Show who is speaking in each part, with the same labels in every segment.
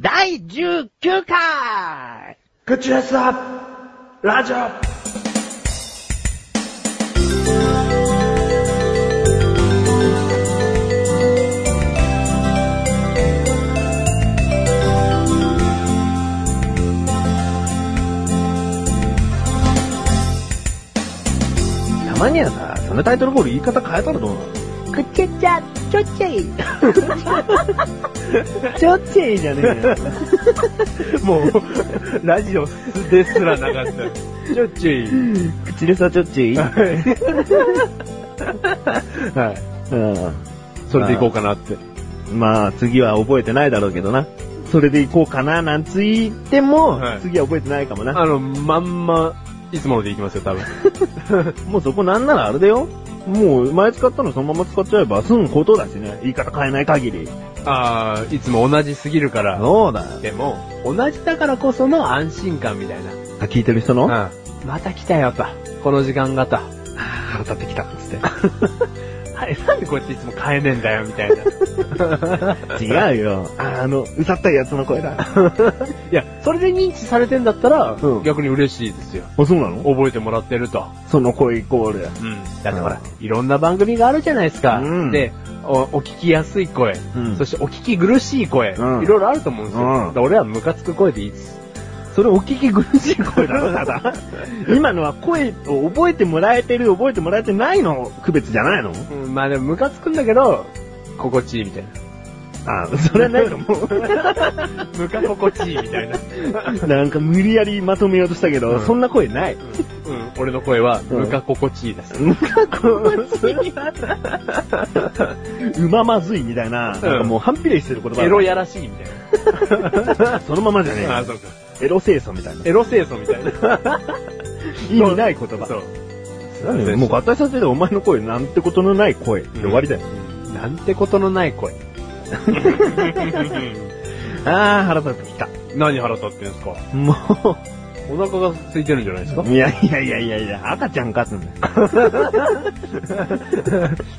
Speaker 1: 第19回
Speaker 2: 口レスアラジオ
Speaker 3: たまにはさ、そのタイトルコール言い方変えたらどうなの
Speaker 1: くちゃちゃ、ちょちゃ い。ちょちゃいじゃねえよ。
Speaker 3: もう、ラジオですらなか った。ちょっちゅい。
Speaker 1: 口でさ、ちょちゃい。
Speaker 3: はい。
Speaker 1: う
Speaker 3: それでいこうかなって。
Speaker 1: ん。 まあ、次は覚えてないだろうけどな。それで行こうかな、なんつ言っても、
Speaker 3: はい
Speaker 1: 次は覚えてないかもな。
Speaker 3: あの、まんま、いつものでいきますよ、多分。
Speaker 1: もうそこなんならあれだよ。もう、前使ったのそのまま使っちゃえば済むことだしね。言い方変えない限り。
Speaker 3: あー、いつも同じすぎるから。
Speaker 1: そうだよ。
Speaker 3: でも、同じだからこその安心感みたいな。
Speaker 1: あ、聞いてる人の
Speaker 3: うん。また来たよと。この時間がと。
Speaker 1: 腹立ってきた、つって。
Speaker 3: あれ、なんでこうやっていつも変えねえんだよ、みたい な。い
Speaker 1: 違うよ。あの、うさったいやつの声 だ。あ、
Speaker 3: や、それで認知されてんだったら、
Speaker 1: うん
Speaker 3: 逆に嬉しいですよ。
Speaker 1: そうなの
Speaker 3: 覚えてもらってると。
Speaker 1: その声イコール。
Speaker 3: うん。だってほら、いろんな番組があるじゃないですか。
Speaker 1: うん
Speaker 3: でお、お聞きやすい声、
Speaker 1: うん
Speaker 3: そしてお聞き苦しい声、
Speaker 1: うん
Speaker 3: いろいろあると思うんですよ。
Speaker 1: うん
Speaker 3: だから俺はムカつく声でいいです。
Speaker 1: それお聞き苦しい声 だろ、ただ。今のは声を覚えてもらえてる、覚えてもらえてないの区別じゃないの
Speaker 3: うん、まあでもムカつくんだけど、心地いいみ たいな。
Speaker 1: あ、それはないと 思
Speaker 3: ムカ心地いいみたいな。
Speaker 1: う。なんか無理やりまとめようとしたけど、
Speaker 3: うん
Speaker 1: そんな 声ない。
Speaker 3: うん、うん俺の声は、
Speaker 1: うん
Speaker 3: ムカ心地いいです。
Speaker 1: なんかこう、うままずいみたいな、なんかもう反比例してる言葉。
Speaker 3: エロやらしいみたい
Speaker 1: そのままじゃねえ
Speaker 3: な。
Speaker 1: よ
Speaker 3: あ、そうか。
Speaker 1: エロ清楚みたいな。
Speaker 3: エロ清楚みたいな。
Speaker 1: 意味ない言 葉。
Speaker 3: そう。
Speaker 1: なんでもう合体させてお前の声なんてことのない声で終わりだよ。
Speaker 3: なんてことのない声。
Speaker 1: あー、腹立ってきた。
Speaker 3: 何腹立ってんすか
Speaker 1: も
Speaker 3: お腹が空いてるんじゃないですか
Speaker 1: う、いやいやいやいやいや、赤ちゃんかってんだよ。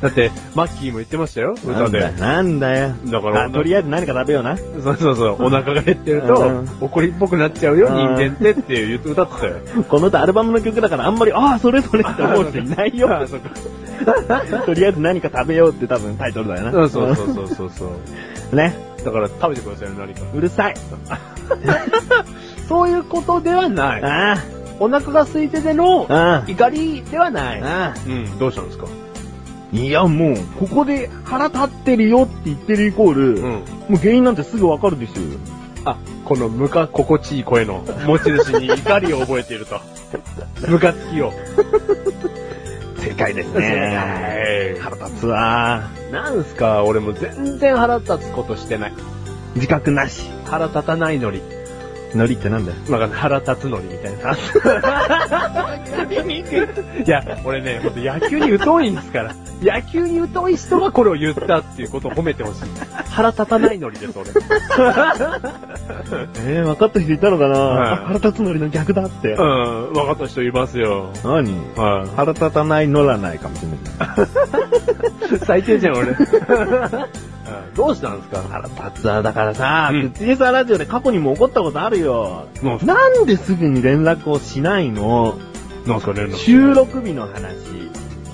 Speaker 3: だって、マッキーも言ってましたよ、歌で。
Speaker 1: なんだなんだよ。
Speaker 3: だから
Speaker 1: あ、とりあえず何か食べような。
Speaker 3: そうそうそう、お腹が減ってる
Speaker 1: うん
Speaker 3: と、怒りっぽくなっちゃうよ、
Speaker 1: うん
Speaker 3: 人間ってっていう歌ってたよ。
Speaker 1: この歌アルバムの曲だからあんまり、ああ、それそれって思う人いないよ。
Speaker 3: あそっか
Speaker 1: とりあえず何か食べようって多分タイトルだよな。
Speaker 3: そうそうそうそうそう。
Speaker 1: うん。ね。
Speaker 3: だから食べてくださいよ、何か。
Speaker 1: うるさい。
Speaker 3: そういうことではない。
Speaker 1: あ
Speaker 3: お腹が空いてての
Speaker 1: あ、ああ、
Speaker 3: 怒りではな。
Speaker 1: ああ。
Speaker 3: うん、どうしたんですか
Speaker 1: いや、もう、ここで腹立ってるよって言ってるイコール、も
Speaker 3: ん。
Speaker 1: う原因なんてすぐわかるでしょ。
Speaker 3: あ、このムカ心地いい声の持ち主に怒りを覚えてい ると。ムカつきを。
Speaker 1: 正解ですね。
Speaker 3: え
Speaker 1: 腹立つわ。
Speaker 3: ーなんすか、俺も全然腹立つことしてない。
Speaker 1: 自覚なし。
Speaker 3: 腹立たないのに。
Speaker 1: ノリってなんだよ。
Speaker 3: なんか腹立つのにみたいな。いや、俺ね、ほんと野球に疎いんですから。野球に疎い人がこれを言ったっていうことを褒めてほしい。腹立たないノリです、俺。
Speaker 1: えー、分かった人いたのかな、
Speaker 3: はい
Speaker 1: 腹立つノリの逆だって。
Speaker 3: うん、分かった人いますよ。
Speaker 1: 何
Speaker 3: は
Speaker 1: 腹立たない乗らないかもしれない。
Speaker 3: い。最低じゃん、俺。うんどうしたんですか
Speaker 1: 腹立つわ。だからさ、
Speaker 3: うん
Speaker 1: 口でさラジオで過去にも起こったことあるよ。
Speaker 3: なんす
Speaker 1: なんですぐに連絡をしないの
Speaker 3: なんすか、連絡。
Speaker 1: 収録日の話。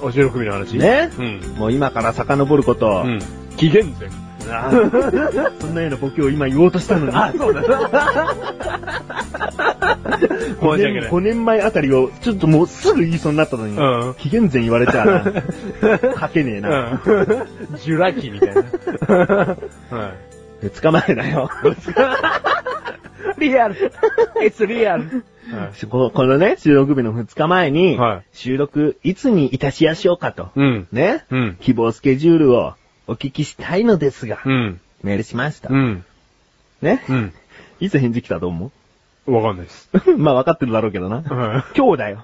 Speaker 3: お収録日の話。
Speaker 1: ね
Speaker 3: うん。
Speaker 1: もう今から遡ること。
Speaker 3: うん。期限前。
Speaker 1: あー そんなようなボケを今言おうとしたのに。
Speaker 3: あ、そうだ。申し訳ない。
Speaker 1: 5年前あたりを、ちょっともうすぐ言いそうになったのに。
Speaker 3: うん。
Speaker 1: 紀元前言われちゃうな。 書けねえな。
Speaker 3: うん。ジュラ紀みたいな。はい。
Speaker 1: 二日前だよ。
Speaker 3: リアル。It's リアル。
Speaker 1: ここのね、収録日の2日前に、
Speaker 3: はい
Speaker 1: 収録いつにいたしやしようかと、
Speaker 3: うん。
Speaker 1: ね、
Speaker 3: うん
Speaker 1: 希望スケジュールをお聞きしたいのですが、
Speaker 3: うん。
Speaker 1: メールしました。
Speaker 3: うん。
Speaker 1: ね、
Speaker 3: うん。
Speaker 1: いつ返事来たと思
Speaker 3: わかんないです。
Speaker 1: う まあ分かってるだろうけどな。
Speaker 3: は
Speaker 1: 今日 だよ。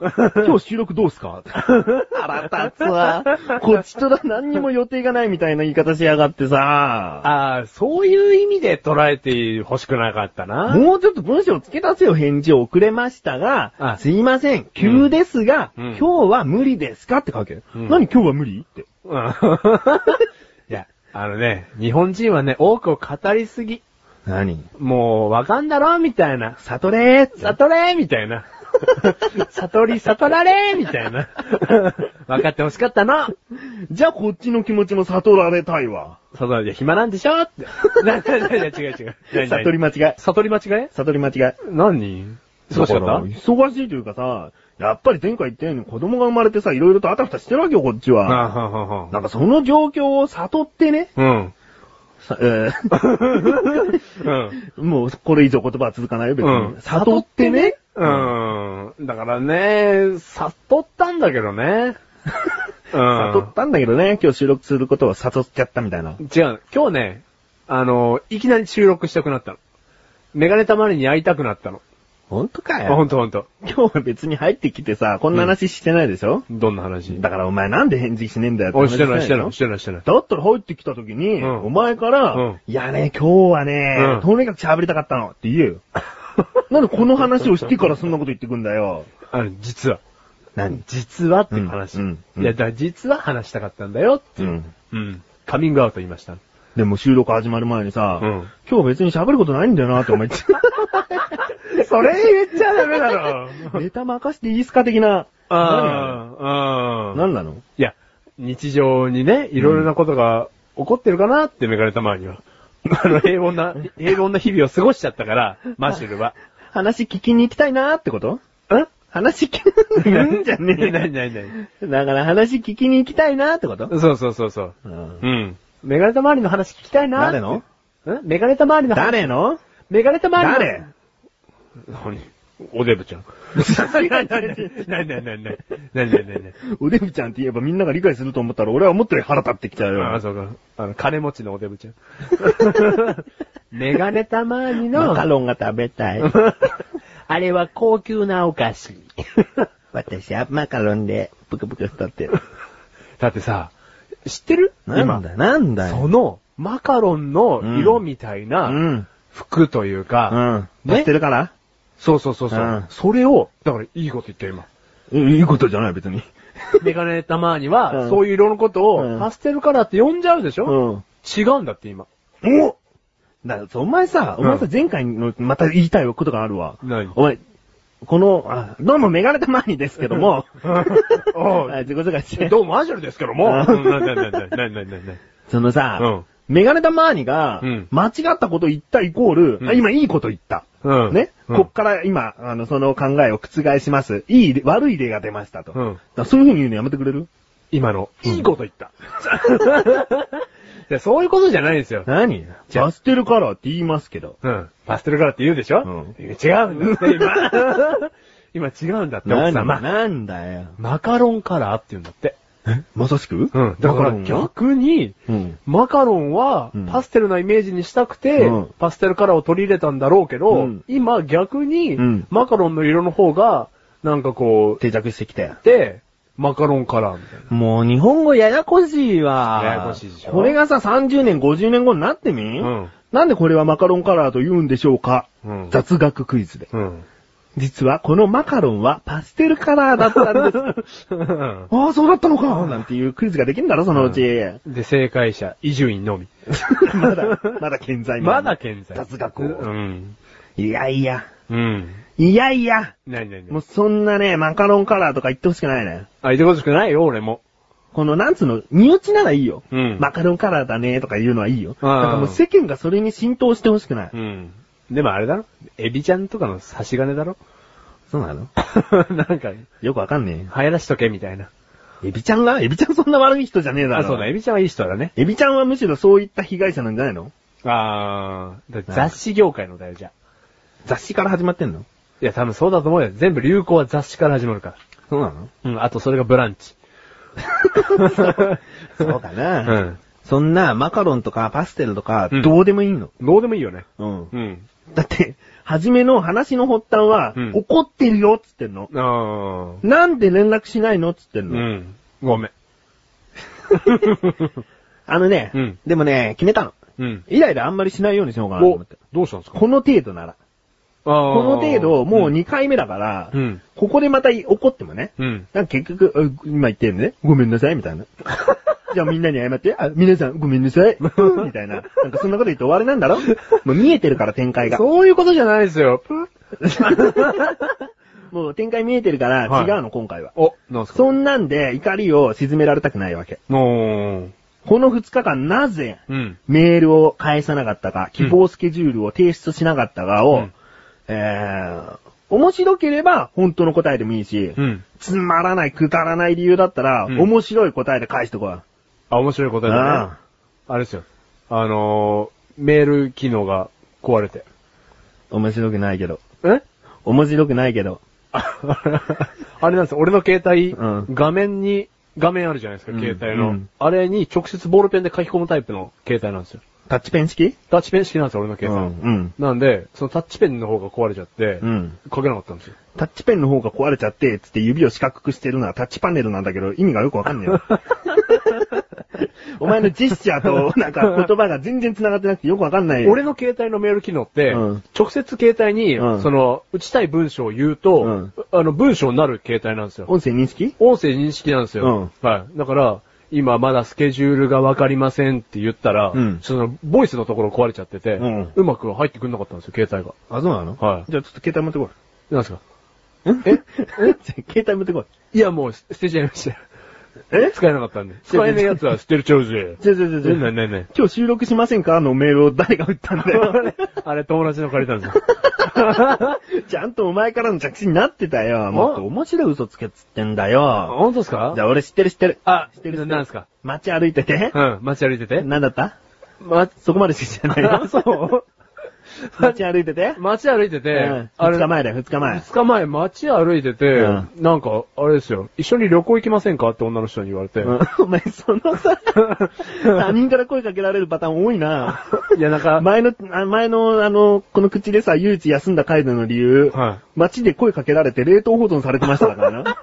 Speaker 1: 今日収録どうすか 腹立つわ。こっちとら何にも予定がないみたいな言い方しやがってさ。
Speaker 3: ああ、そういう意味で捉えて欲しくなかったな。
Speaker 1: もうちょっと文章を付け足せよ返事を遅れましたが
Speaker 3: あ、
Speaker 1: すいません、急ですが、
Speaker 3: うん
Speaker 1: 今日は無理ですかって書け。
Speaker 3: うん
Speaker 1: 何今日は無理って。
Speaker 3: うんいや、あのね、日本人はね、多くを語りすぎ。
Speaker 1: 何
Speaker 3: もう、わかんだろみたいな。悟れ悟れみたいな。 悟り悟られみたいな。 わかってほしかったの
Speaker 1: じゃあこっちの気持ちも悟られたいわ。
Speaker 3: 悟り、暇なんでしょって。 な、な、な、違う違う。何
Speaker 1: 悟り、間違い。
Speaker 3: 悟り間違え
Speaker 1: 悟り間違い。
Speaker 3: 何忙しか
Speaker 1: だら
Speaker 3: っ
Speaker 1: 忙しいというかさ、やっぱり前回言ったように子供が生まれてさ、いろいろとあたふたしてるわけよ、こっち
Speaker 3: た
Speaker 1: は。
Speaker 3: ははは
Speaker 1: なんかその状況を悟ってね、
Speaker 3: うん。
Speaker 1: さえ
Speaker 3: うん。
Speaker 1: ー もうこれ以上言葉は続かないよ、別に。
Speaker 3: うん
Speaker 1: 悟ってね、
Speaker 3: うん。だからね、悟ったんだけど ね。うん。
Speaker 1: 悟ったんだけどね、今日収録することは悟っちゃったみたい
Speaker 3: 違
Speaker 1: な。
Speaker 3: う。今日ね、あの、いきなり収録したくなったの。メガネたまりに会いたくなったの。
Speaker 1: ほんとか
Speaker 3: あ、ほんとほんと。
Speaker 1: 今日は別に入ってきてさ、こんな話してないでしょ、
Speaker 3: どんな話
Speaker 1: だからお前なんで返事しねえんだよって
Speaker 3: おい、
Speaker 1: 話
Speaker 3: してない、してな
Speaker 1: の
Speaker 3: い、してない、してない。
Speaker 1: だったら入ってきた時に、
Speaker 3: うん
Speaker 1: お前から、
Speaker 3: うん
Speaker 1: いやね、今日はね、
Speaker 3: うん
Speaker 1: とにかく喋りたかったのって言え よ。なんでこの話をしてからそんなこと言ってくんだよ。
Speaker 3: あの、実は。
Speaker 1: 何
Speaker 3: 実はっていう話。
Speaker 1: うんうんうん
Speaker 3: いや、だから実は話したかったんだよって
Speaker 1: う
Speaker 3: いう。
Speaker 1: ん。
Speaker 3: うん。カミングアウト言いました。
Speaker 1: でも収録始まる前にさ、
Speaker 3: うん
Speaker 1: 今日別に喋ることないんだよなって思って。
Speaker 3: それ言っちゃダメだろ。
Speaker 1: ネタ任していいっすか的な。
Speaker 3: ああ、うん。
Speaker 1: 何なの
Speaker 3: いや、日常にね、いろいろなことが起こってるかなってメガネたまには。 あの、平凡な、平凡な日々を過ごしちゃった から、マッシュルは。
Speaker 1: 話聞きに行きたいなってこと
Speaker 3: ん
Speaker 1: 話聞き、なんじゃね え
Speaker 3: なになになに
Speaker 1: だから話聞きに行きたいなってこと
Speaker 3: そうそうそうそう。
Speaker 1: うん
Speaker 3: うん。メガネたまわりの話聞きたいなって。
Speaker 1: 誰の
Speaker 3: んメガネたまわりの話。
Speaker 1: 誰の
Speaker 3: メガネたまわりの
Speaker 1: 誰
Speaker 3: 何おデブ ちゃん。なになになになになになになになになになに
Speaker 1: おデブちゃんって言えばみんなが理解すると思ったら俺はもっと腹立ってきちゃうよ。
Speaker 3: ああ、そうか。あの、金持ちのおデブちゃん。 メガネたまわりの。
Speaker 1: マカロンが食べたい。
Speaker 3: あれは高級なお菓子。
Speaker 1: 私はマカロンでぷくぷく太ってる。
Speaker 3: だってさ、知ってる
Speaker 1: なんだよ、なんだ
Speaker 3: 今
Speaker 1: よ。。
Speaker 3: その、マカロンの色みたいうなん服というか、
Speaker 1: うん。
Speaker 3: ね
Speaker 1: 知ってるから
Speaker 3: そうそうそうそう、
Speaker 1: うん
Speaker 3: それを、だからいいこと言ったよ今。
Speaker 1: いいことじゃない、別に。
Speaker 3: メガネたまに
Speaker 1: う
Speaker 3: は、
Speaker 1: ん
Speaker 3: そういう色のこと
Speaker 1: う
Speaker 3: を、
Speaker 1: ん
Speaker 3: パステルカラーって呼んじゃうでし
Speaker 1: う
Speaker 3: ょ、
Speaker 1: ん。
Speaker 3: 違うんだって今。
Speaker 1: おだから、お前さ、お前さ
Speaker 3: う、ん
Speaker 1: 前回の、また言いたいことがあるわ。
Speaker 3: 何
Speaker 1: お前、この、あどうもメガネたまにですけども、
Speaker 3: おう
Speaker 1: あ自己紹介して。
Speaker 3: どうも、アジュルですけども。
Speaker 1: う
Speaker 3: う
Speaker 1: ん
Speaker 3: んなになになになになになになに
Speaker 1: そのさ、
Speaker 3: うん
Speaker 1: メガネたまーにが
Speaker 3: うん、
Speaker 1: 間違ったこと言ったイコール、
Speaker 3: うん
Speaker 1: あ今いいこと言った。
Speaker 3: うん
Speaker 1: ね、
Speaker 3: うん
Speaker 1: こっから今、あの、その考えを覆します。いい例、悪い例が出ましたと。
Speaker 3: うん
Speaker 1: だからそういう風に言うのやめてくれる
Speaker 3: 今の、いいこと言った。 いやそういうことじゃないんですよ。
Speaker 1: 何
Speaker 3: じゃあ
Speaker 1: バステルカラーって言いますけど。
Speaker 3: うん。パステルカラーって言うでしょ、
Speaker 1: うん
Speaker 3: 違うんだって、 今。今違うんだって、奥様。
Speaker 1: なんだよ。
Speaker 3: マカロンカラーって言うんだって。
Speaker 1: えまさしく
Speaker 3: うん。だから逆に、
Speaker 1: うん。
Speaker 3: マカロンは
Speaker 1: うん
Speaker 3: パステルなイメージにしたくて、
Speaker 1: うん
Speaker 3: パステルカラーを取り入れたんだろうけど、
Speaker 1: うん
Speaker 3: 今逆に、
Speaker 1: うん
Speaker 3: マカロンの色の方が、なんかこう、
Speaker 1: 定着してきたよ。
Speaker 3: で、マカロンカラーみたいな。
Speaker 1: もう日本語ややこしいわ。
Speaker 3: ややこしいでしょ
Speaker 1: これがさ、30年、50年後になってみ
Speaker 3: うん
Speaker 1: なんでこれはマカロンカラーと言うんでしょうか、
Speaker 3: うん
Speaker 1: 雑学クイズで。
Speaker 3: うん。
Speaker 1: 実はこのマカロンはパステルカラーだったん です。ああ、そうだったのかなんていうクイズができるんだろ、そのうち。
Speaker 3: で、正解者、伊集院のみ。
Speaker 1: ま だ、まだ健在
Speaker 3: まだ健在。
Speaker 1: 雑学
Speaker 3: う
Speaker 1: を。
Speaker 3: ん。
Speaker 1: いやいや。
Speaker 3: うん。
Speaker 1: いやいや。
Speaker 3: 何何
Speaker 1: もうそんなね、マカロンカラーとか言ってほしくないね。
Speaker 3: あ、いてこしくないよ、俺も。
Speaker 1: この、なんつうの、身内ならいいよ。
Speaker 3: うん
Speaker 1: マカロンカラーだねとか言うのはいいよ。だ
Speaker 3: うん
Speaker 1: からもう世間がそれに浸透してほしくない。
Speaker 3: うん。でもあれだろエビちゃんとかの差し金だろ
Speaker 1: そうなの
Speaker 3: なんか、流
Speaker 1: よくわかんね
Speaker 3: 行らしとけみたいな。
Speaker 1: え。エビちゃんがエビちゃんそんな悪い人じゃねえだろ。
Speaker 3: あ、そうだ、エビちゃんはいい人だね。
Speaker 1: エビちゃんはむしろそういった被害者なんじゃないの
Speaker 3: あー、だ雑誌業界のだよ、じゃあ。
Speaker 1: 雑誌から始まってんの
Speaker 3: いや、多分そうだと思うよ。全部流行は雑誌から始まるか
Speaker 1: そうなの
Speaker 3: ら。うん、あとそれがブランチ。
Speaker 1: そうか
Speaker 3: う
Speaker 1: な。
Speaker 3: ん。
Speaker 1: そんなマカロンとかパステルとか
Speaker 3: うん
Speaker 1: どうでもいいの。
Speaker 3: どうでもいいよね。
Speaker 1: うん。
Speaker 3: うん。
Speaker 1: だって、初めの話の発端は、
Speaker 3: うん
Speaker 1: 怒ってるよっつってんの。
Speaker 3: あー。
Speaker 1: なんで連絡しないのっつってん
Speaker 3: う
Speaker 1: の。
Speaker 3: ん。ごめん。
Speaker 1: あのね、
Speaker 3: うん
Speaker 1: でもね、決めたの。
Speaker 3: うん。
Speaker 1: イライラあんまりしないようにしようかなと思
Speaker 3: お
Speaker 1: って。、
Speaker 3: どうしたんですか
Speaker 1: この程度なら。
Speaker 3: あー
Speaker 1: この程度、もう2回目だから、
Speaker 3: うん
Speaker 1: ここでまた怒ってもね、
Speaker 3: うん。
Speaker 1: なんか結局、う今言ってるね、ごめんなさいみたいな。じゃあみんなに謝って、あ、皆さんごめんなさい。 みたいな。なんかそんなこと言って終わりなんだろもう見えてるから展開が。
Speaker 3: そういうことじゃないですよ。
Speaker 1: もう展開見えてるから
Speaker 3: はい
Speaker 1: 違うの、今回は。
Speaker 3: お、なんすか
Speaker 1: そんなんで怒りを沈められたくないわけ。
Speaker 3: も
Speaker 1: この2日間なぜ
Speaker 3: う、うん。
Speaker 1: メールを返さなかったか、希望スケジュールを提出しなかったか
Speaker 3: う
Speaker 1: を、
Speaker 3: ん
Speaker 1: えー、面白ければ本当の答えでもいいし、
Speaker 3: うん。
Speaker 1: つまらない、くだらない理由だったら、
Speaker 3: うん
Speaker 1: 面白い答えで返してこい。
Speaker 3: あ、面白いことだね。
Speaker 1: ああ
Speaker 3: あれですよ。あのー、メール機能が壊れて。
Speaker 1: 面白くないけど。
Speaker 3: え
Speaker 1: 面白くないけど。
Speaker 3: あ あれなんですよ。俺の携帯、
Speaker 1: うん
Speaker 3: 画面に、画面あるじゃないですか、
Speaker 1: うん
Speaker 3: 携帯の、
Speaker 1: うん
Speaker 3: あれに直接ボールペンで書き込むタイプの携帯なんですよ。
Speaker 1: タッチペン式
Speaker 3: タッチペン式なんですよ、俺の
Speaker 1: う
Speaker 3: 携帯。
Speaker 1: ん。うん。
Speaker 3: なんで、そのタッチペンの方が壊れちゃって、
Speaker 1: うん。
Speaker 3: 書けなかったんですよ。
Speaker 1: タッチペンの方が壊れちゃって、つって指を四角くしてるのはタッチパネルなんだけど、意味がよくわかんねえ よ。お前のジェスチャーと、なんか言葉が全然繋がってなくてよくわかんないよ。
Speaker 3: 俺の携帯のメール機能って、
Speaker 1: うん
Speaker 3: 直接携帯に、
Speaker 1: うん
Speaker 3: その、打ちたい文章を言うと、
Speaker 1: うん
Speaker 3: あの、文章になる携帯なんですよ。
Speaker 1: 音声認識
Speaker 3: 音声認識なんですよ。はい。だから、今まだスケジュールがわかりませんって言ったら、
Speaker 1: うん
Speaker 3: その、ボイスのところ壊れちゃってて、
Speaker 1: うん
Speaker 3: まく入ってくんなかったんですよ、携帯が。
Speaker 1: あ、そうなの
Speaker 3: はい
Speaker 1: じゃあちょっと携帯持ってこ
Speaker 3: なんですか
Speaker 1: い。え携帯持ってこい。
Speaker 3: いや、もう捨てちゃいま した。
Speaker 1: え
Speaker 3: 使えなかったんで。使えないやつは捨てるちゃうぜ。
Speaker 1: じゃあじゃあじゃあじゃあ
Speaker 3: ねえねえね
Speaker 1: 今日収録しませんかのメールを誰が打ったんだ よ。
Speaker 3: え あれ、友達の借りたんですよ。
Speaker 1: ちゃんとお前からの着信になってたよ。もっと面白い嘘つけっつってんだよ。
Speaker 3: 本当ですか
Speaker 1: じゃあ俺知ってる知ってる。
Speaker 3: あ、
Speaker 1: 知ってる知ってる
Speaker 3: ななんですか
Speaker 1: 街歩いてて
Speaker 3: うん、街歩いてて。
Speaker 1: なんだった
Speaker 3: ま、
Speaker 1: そこまでしかじゃない
Speaker 3: あ
Speaker 1: よ。
Speaker 3: そう
Speaker 1: 街歩いてて
Speaker 3: 街歩いてて、
Speaker 1: うん
Speaker 3: あれ
Speaker 1: 二日前だよ、二日前。
Speaker 3: 二日前街歩いてて、
Speaker 1: うん
Speaker 3: なんか、あれですよ、一緒に旅行行きませんかって女の人に言われて、
Speaker 1: うんお前、そ のさ、他人から声かけられるパターン多いな。
Speaker 3: いや、なんか、
Speaker 1: 前の、あ前の、あの、この口でさ、唯一休んだ回での理由、
Speaker 3: はい
Speaker 1: 街で声かけられて冷凍保存されてましたから な。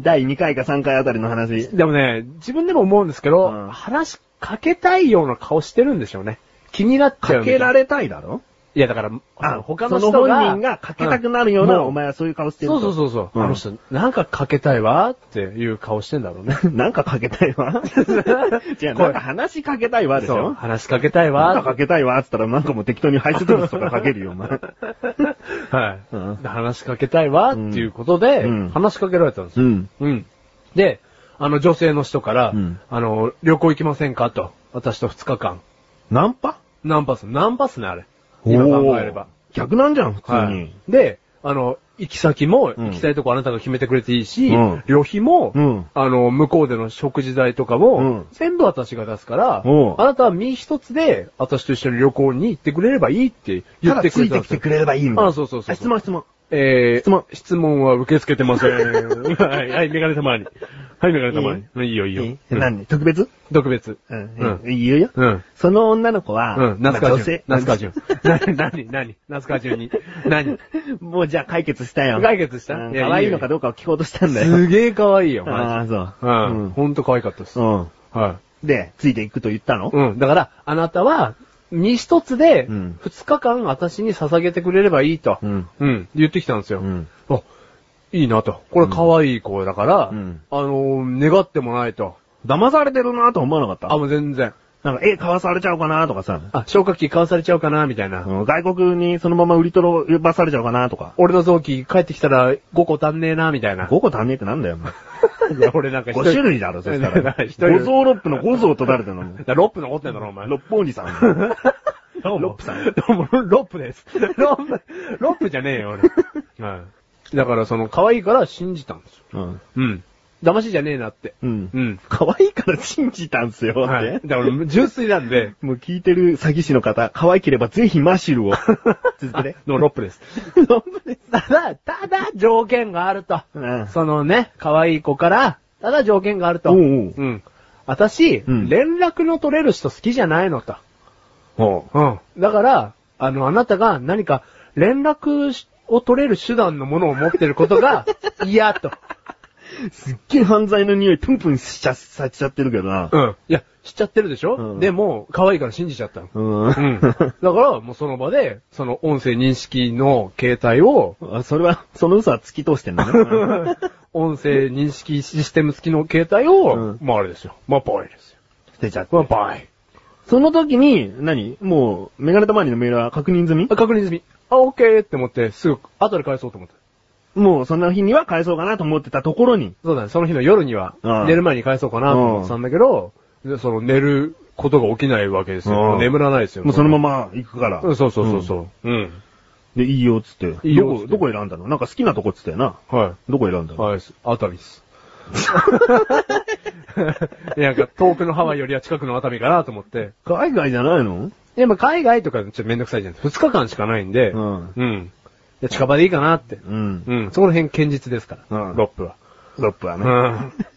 Speaker 1: 第2回か3回あたりの話。
Speaker 3: でもね、自分でも思うんですけど、
Speaker 1: うん
Speaker 3: 話しかけたいような顔してるんでしょうね。気になっちゃう
Speaker 1: か
Speaker 3: みた
Speaker 1: け
Speaker 3: いな。
Speaker 1: られたいだろ
Speaker 3: いや、だから、あの他の人が。
Speaker 1: その本人がかけたくなるよう
Speaker 3: う
Speaker 1: な、
Speaker 3: ん
Speaker 1: お前はそういう顔してる
Speaker 3: そ
Speaker 1: と。
Speaker 3: うそうそうそう、
Speaker 1: ん
Speaker 3: あの人、なんかかけたいわっていう顔してんだ ろうね。
Speaker 1: なんかかけたい わ。じゃあ、なんか話しかけたいわでし
Speaker 3: そう。
Speaker 1: ょ
Speaker 3: 話しかけたい
Speaker 1: なんか
Speaker 3: わ
Speaker 1: かけたいわっつったらなんかもう適当に排泄物とかかけるよ、お前。
Speaker 3: はい、
Speaker 1: うん
Speaker 3: 話しかけたいわっていうことで、
Speaker 1: うん
Speaker 3: 話しかけられたんですよ
Speaker 1: ん。
Speaker 3: うん。で、あの女性の人から、
Speaker 1: うん
Speaker 3: あの、旅行行きませんかと。私と2日間。
Speaker 1: ナンパ
Speaker 3: ナンパす、ナンパすね、あれ。今考えれば。。
Speaker 1: おー逆なんじゃん、普通に。
Speaker 3: はい。で、あの、行き先も、
Speaker 1: うん
Speaker 3: 行きたいとこあなたが決めてくれていいし、
Speaker 1: うん
Speaker 3: 旅費も、
Speaker 1: うん
Speaker 3: あの、向こうでの食事代とか
Speaker 1: う
Speaker 3: も、
Speaker 1: ん
Speaker 3: 全部私が出すから、
Speaker 1: おう
Speaker 3: あなたは身一つで、私と一緒に旅行に行ってくれればいいって言
Speaker 1: た
Speaker 3: っ
Speaker 1: だ
Speaker 3: てく
Speaker 1: つ
Speaker 3: れ
Speaker 1: い
Speaker 3: た
Speaker 1: て
Speaker 3: んで
Speaker 1: き
Speaker 3: す
Speaker 1: て
Speaker 3: よ
Speaker 1: くれればいいんだ。
Speaker 3: あそうそうそうそう
Speaker 1: あ質問質問。
Speaker 3: えー、
Speaker 1: 質問
Speaker 3: 質問は受け付けてません。 はい、はい、メガネ様に。はい、メガネ様に。いいよ、いいよ。
Speaker 1: え何、特別
Speaker 3: 特別。
Speaker 1: うん。
Speaker 3: う
Speaker 1: 言うよ。
Speaker 3: うん。
Speaker 1: その女の子は、
Speaker 3: うん、ナスカ
Speaker 1: まあ
Speaker 3: ジュ
Speaker 1: 女
Speaker 3: ン
Speaker 1: 性。。
Speaker 3: ナスカジュン。な、な に、なに、ナスカジュンに。なに。
Speaker 1: もうじゃあ解決したよ。
Speaker 3: 解決した
Speaker 1: うん
Speaker 3: いや
Speaker 1: 可愛いのかどうかを聞こうとしたんだよ。
Speaker 3: すげえ可愛いよ、
Speaker 1: あ
Speaker 3: マ
Speaker 1: あ、
Speaker 3: ジ
Speaker 1: そう。
Speaker 3: で。うん。
Speaker 1: う
Speaker 3: ほんと可愛かったです。
Speaker 1: ん。うん。
Speaker 3: は
Speaker 1: で、ついていくと言ったの
Speaker 3: い。うん。だから、あなたは、身一つで、
Speaker 1: うん
Speaker 3: 二日間私に捧げてくれればいいと。
Speaker 1: ん。
Speaker 3: うん。言ってきたんですよ。
Speaker 1: うん
Speaker 3: あ、いいなと。これ可愛い子だから、
Speaker 1: うん
Speaker 3: あのー、願ってもないと。
Speaker 1: 騙されてるなとは思わなかった
Speaker 3: あ、もう全然。
Speaker 1: なんか、絵買わされちゃうかなとかさ、
Speaker 3: あ、消火器買わされちゃうかな、みたいな。
Speaker 1: うん外国にそのまま売り取ばされちゃうかなとか。
Speaker 3: 俺の臓器帰ってきたら5個足んねえな、みたいな。
Speaker 1: 5個足んねえってなんだよ、お前
Speaker 3: いや、 俺なんか
Speaker 1: 5種類だろ、そしたら。
Speaker 3: 一人
Speaker 1: 五臓六腑の五臓取られてるの。
Speaker 3: だロップ残ってんだろ、お前。
Speaker 1: 六方おじさん。
Speaker 3: どうも
Speaker 1: ロップ さん
Speaker 3: どうも、ロップです。 ロップ、ロップじゃねえよ、 俺。はい。だから、その、可愛いから信じたんですよ。
Speaker 1: うん。
Speaker 3: うん。騙しじゃねえなって。
Speaker 1: うん
Speaker 3: うん。
Speaker 1: 可愛いから信じたんすよ、
Speaker 3: は
Speaker 1: っ
Speaker 3: い。
Speaker 1: て。
Speaker 3: だから、純粋なんで、
Speaker 1: もう聞いてる詐欺師の方、可愛ければぜひマシュル を。 続けて。
Speaker 3: のロップ です。
Speaker 1: ロップです。
Speaker 3: ただ、ただ、条件があると。
Speaker 1: うん
Speaker 3: そのね、可愛い子から、ただ条件があると。。
Speaker 1: おうおうん
Speaker 3: 私、
Speaker 1: うん
Speaker 3: 連絡の取れる人好きじゃないのと。
Speaker 1: ほ
Speaker 3: うん。だから、あの、あなたが何か連絡しを取れる手段のものを持ってること が嫌と。
Speaker 1: う。すっげえ犯罪の匂いプンプンしちゃ、さちゃってるけどな。
Speaker 3: ん。いや、知っちゃってるでしょ、
Speaker 1: うん
Speaker 3: でも、可愛いから信じちゃったの。
Speaker 1: うん
Speaker 3: うん。だから、もうその場で、その音声認識の携帯を、
Speaker 1: あそれは、その嘘は突き通してんだね。
Speaker 3: 音声認識システム付きの携帯を、
Speaker 1: うん
Speaker 3: まああれですよ。まあバイですよ。
Speaker 1: 捨てちゃって
Speaker 3: ま。あバイ。
Speaker 1: その時に、何もう、メガネたまわりのメールは確認済み
Speaker 3: あ確認済み。あ、オッケーって思って、すぐ、後で返そうと思って。
Speaker 1: もう、その日には返そうかなと思ってたところに。
Speaker 3: そうだね、その日の夜には、
Speaker 1: うん
Speaker 3: 寝る前に返そうかなと思ってたんだけど、でその寝ることが起きないわけですよ。
Speaker 1: うん
Speaker 3: もう眠らないですよ。
Speaker 1: もうそのまま行くから。
Speaker 3: うんそうそうそうそう。うん。
Speaker 1: で、いいよっつって。
Speaker 3: いいよっつって
Speaker 1: どこ、どこ選んだのなんか好きなとこっつったよな。
Speaker 3: は
Speaker 1: どこ選んだ
Speaker 3: い。
Speaker 1: の、
Speaker 3: はい、熱海っ す。なんか遠くのハワイよりは近くの熱海かなと思って。
Speaker 1: 海外じゃないの
Speaker 3: でも海外とかちょっとめんどくさいじゃん。二日間しかないんで、
Speaker 1: うん
Speaker 3: うん。で近場でいいかなって。
Speaker 1: うん。
Speaker 3: うん。そこら辺堅実ですから。
Speaker 1: うん
Speaker 3: ロップは。
Speaker 1: ロップはね。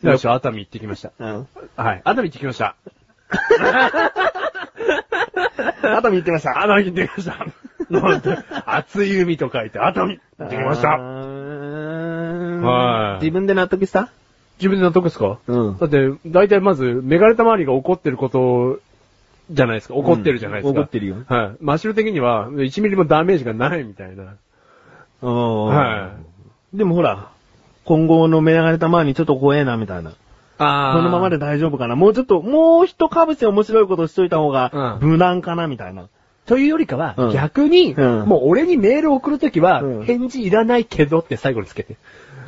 Speaker 3: うん。よし、熱海行ってきました。
Speaker 1: うん。
Speaker 3: はい。熱海行ってきました。
Speaker 1: 熱海行ってました。
Speaker 3: 熱海行ってきました。なん て熱い海と書いて、熱海行ってきました。はい
Speaker 1: 自分で納得した
Speaker 3: 自分で納得ですか
Speaker 1: うん
Speaker 3: だって、大体まず、メガネた周りが怒ってること、じゃないですか。怒ってるじゃないですか。
Speaker 1: うん怒ってるよ。
Speaker 3: はい。マシュル的には、1ミリもダメージがないみたいな。はい
Speaker 1: でもほら、今後の目流れた前にちょっと怖えな、みたいな。
Speaker 3: あ
Speaker 1: このままで。大丈夫かなもうちょっと、もう一かぶせ面白いことしといた方が、
Speaker 3: うん
Speaker 1: 無難かな、みたいな。
Speaker 3: というよりかは、
Speaker 1: うん
Speaker 3: 逆に、
Speaker 1: うん
Speaker 3: もう俺にメール送るときは、
Speaker 1: うん
Speaker 3: 返事いらないけどって最後につけて。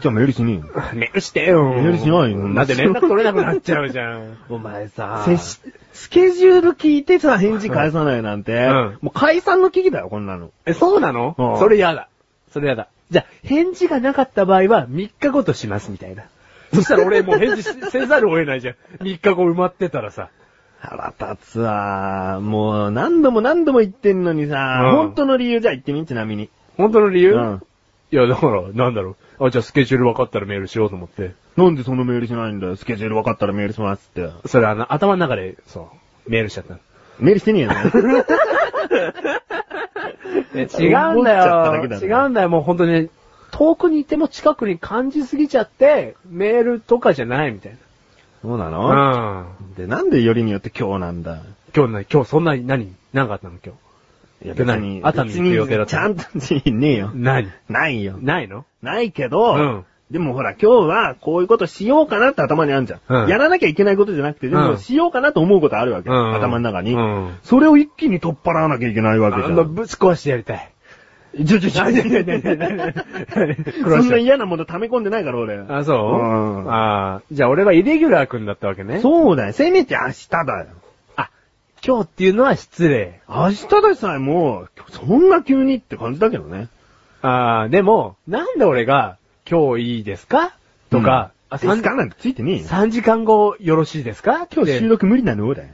Speaker 1: じゃあメールしに。
Speaker 3: メールしてよ。
Speaker 1: メールしないよ
Speaker 3: だって連絡取れなくなっちゃうじゃん。
Speaker 1: お前さ
Speaker 3: 接し
Speaker 1: スケジュール聞いてさ、返事返さないなんて、
Speaker 3: うん
Speaker 1: もう解散の危機だよ、こんなの。
Speaker 3: え、そうなの
Speaker 1: うん
Speaker 3: それやだ。それやだ。じゃあ、返事がなかった場合は、3日後とします、みたいな。そしたら俺もう返事しせざるを得ないじゃん。3日後埋まってたらさ。
Speaker 1: 腹立つわ。もう何度も何度も言ってんのにさ、
Speaker 3: うん
Speaker 1: 本当の理由じゃあ言ってみ、ちなみに。
Speaker 3: 本当の理由、
Speaker 1: うん
Speaker 3: いや、だから、なんだろう。あ、じゃあスケジュール分かったらメールしようと思って。
Speaker 1: なんでそのメールしないんだよ、スケジュール分かったらメールしますって。
Speaker 3: それあの、頭の中で、そう、メールしちゃったの。
Speaker 1: メールして ねえよね。
Speaker 3: 違うんだ
Speaker 1: 思っちゃっただけ
Speaker 3: よ。
Speaker 1: だね
Speaker 3: 違うんだよ。もう本当にね、遠くにいても近くに感じすぎちゃって、メールとかじゃないみたい
Speaker 1: そうなの、
Speaker 3: な。うん。
Speaker 1: で、なんでよりによって今日なんだ
Speaker 3: 今日な、今日そんなに何何があったの今日。
Speaker 1: いや
Speaker 3: 今日何熱海行く予定だった
Speaker 1: ちゃんと、いねえよ。
Speaker 3: 何
Speaker 1: ないよ。
Speaker 3: ないの
Speaker 1: ないけど、
Speaker 3: うん
Speaker 1: でもほら、今日はこういうことしようかなって頭にあるじゃん。
Speaker 3: うん
Speaker 1: やらなきゃいけないことじゃなくて、で
Speaker 3: う
Speaker 1: も
Speaker 3: ん
Speaker 1: しようかなと思うことあるわけ。
Speaker 3: うん
Speaker 1: 頭の中に、
Speaker 3: うん
Speaker 1: それを一気に取っ払わなきゃいけないわけじ
Speaker 3: あ
Speaker 1: ゃ
Speaker 3: の、
Speaker 1: ん。
Speaker 3: ぶち壊してやりたい。
Speaker 1: ちょちょちょちょちょちょそんな嫌なもの溜め込んでないから俺。
Speaker 3: あ、そう
Speaker 1: うん
Speaker 3: ああ、じゃあ俺はイレギュラー君だったわけね。う
Speaker 1: そうだよ。せめて明日だよ。
Speaker 3: あ、今日っていうのは失礼。
Speaker 1: 明日でさえもう、そんな急にって感じだけどね。
Speaker 3: ああ、でも、なんで俺が、今日いいですかとか、あ
Speaker 1: 明日
Speaker 3: 3、
Speaker 1: なんてついてねえよ。
Speaker 3: 3時間後よろしいですか
Speaker 1: 今日収録無理なのだよ。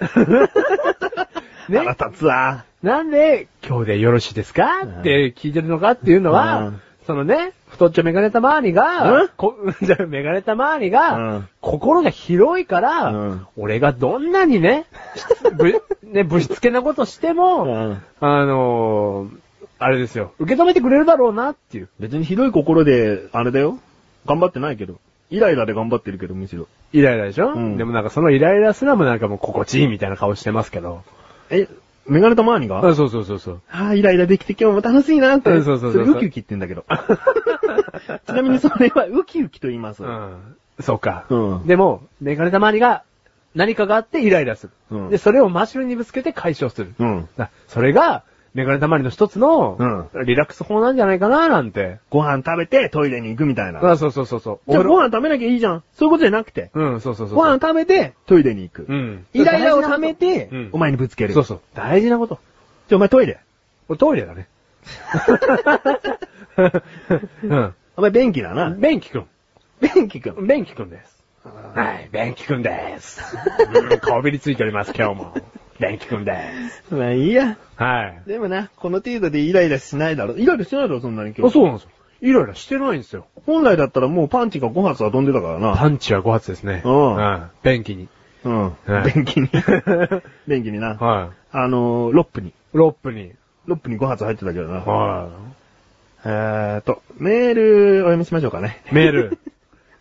Speaker 3: ね
Speaker 1: 腹立つわ。
Speaker 3: なんで、今日でよろしいですか
Speaker 1: うん
Speaker 3: って聞いてるのかっていうの
Speaker 1: う
Speaker 3: は
Speaker 1: ん、
Speaker 3: そのね、太っちょメガネた周りが
Speaker 1: ん、
Speaker 3: こ じゃあメガネた周り
Speaker 1: う
Speaker 3: が
Speaker 1: ん、
Speaker 3: 心が広いか
Speaker 1: う
Speaker 3: ら
Speaker 1: ん、
Speaker 3: 俺がどんなにね、ぶ、 ね、ぶしつけなことしても、
Speaker 1: うん
Speaker 3: あのー、あれですよ、受け止めてくれるだろうなっていう。
Speaker 1: 別にひどい心で、あれだよ。頑張ってないけど。イライラで頑張ってるけど、むしろ。
Speaker 3: イライラでしょ
Speaker 1: うん
Speaker 3: でもなんかそのイライラすらもなんかもう心地いいみたいな顔してますけど。
Speaker 1: え、メガネとマーニが
Speaker 3: あそうそうそうそう。
Speaker 1: ああ、イライラできて今日も楽しいなって。
Speaker 3: うんそうそうそうそう
Speaker 1: れウキウキって言うんだ けど。ちなみにそれはウキウキと言います。
Speaker 3: うん。そうか。
Speaker 1: うん
Speaker 3: でも、メガネたまりが何かがあってイライラする。
Speaker 1: うん
Speaker 3: で、それをマシュルにぶつけて解消する。
Speaker 1: うん
Speaker 3: だそれが、メガネたまりの一つの、リラックス法なんじゃないかななんて。
Speaker 1: ご飯食べてトイレに行くみたいな。
Speaker 3: あそうそうそうそう。
Speaker 1: じゃあ
Speaker 3: 俺
Speaker 1: ご飯食べなきゃいいじゃん。そういうことじゃなくて。
Speaker 3: うん、そうそうそうそう。
Speaker 1: ご飯食べてトイレに行く。
Speaker 3: うん。
Speaker 1: イライラを溜めて、
Speaker 3: うん
Speaker 1: お前にぶつける。
Speaker 3: そうそう。大事なこと。
Speaker 1: じゃあお前トイレ。
Speaker 3: 俺トイレだ ね。
Speaker 1: お前便器だ
Speaker 3: う
Speaker 1: な。
Speaker 3: ん。便器くん。
Speaker 1: 便器くん。
Speaker 3: 便器くんです。はい、便器くんです。うんこびりついております、今日も。便器くんです。
Speaker 1: まあいいや。
Speaker 3: はい。
Speaker 1: でもな、この程度でイライラしないだろ。イライラしないだろ、そんなに今
Speaker 3: あ、
Speaker 1: 日。
Speaker 3: そうなんですよ。イライラしてないんですよ。
Speaker 1: 本来だったらもうパンチが5発は飛んでたからな。
Speaker 3: パンチは5発ですね。
Speaker 1: うん
Speaker 3: うん。便器に。
Speaker 1: うん
Speaker 3: はい。
Speaker 1: 便器に。便器にな。
Speaker 3: は
Speaker 1: あのー、ロップに。
Speaker 3: い。ロップに。
Speaker 1: ロップに5発入ってたけどな。
Speaker 3: は
Speaker 1: えーと、メール、お読みしましょうかね。
Speaker 3: い。メー ル。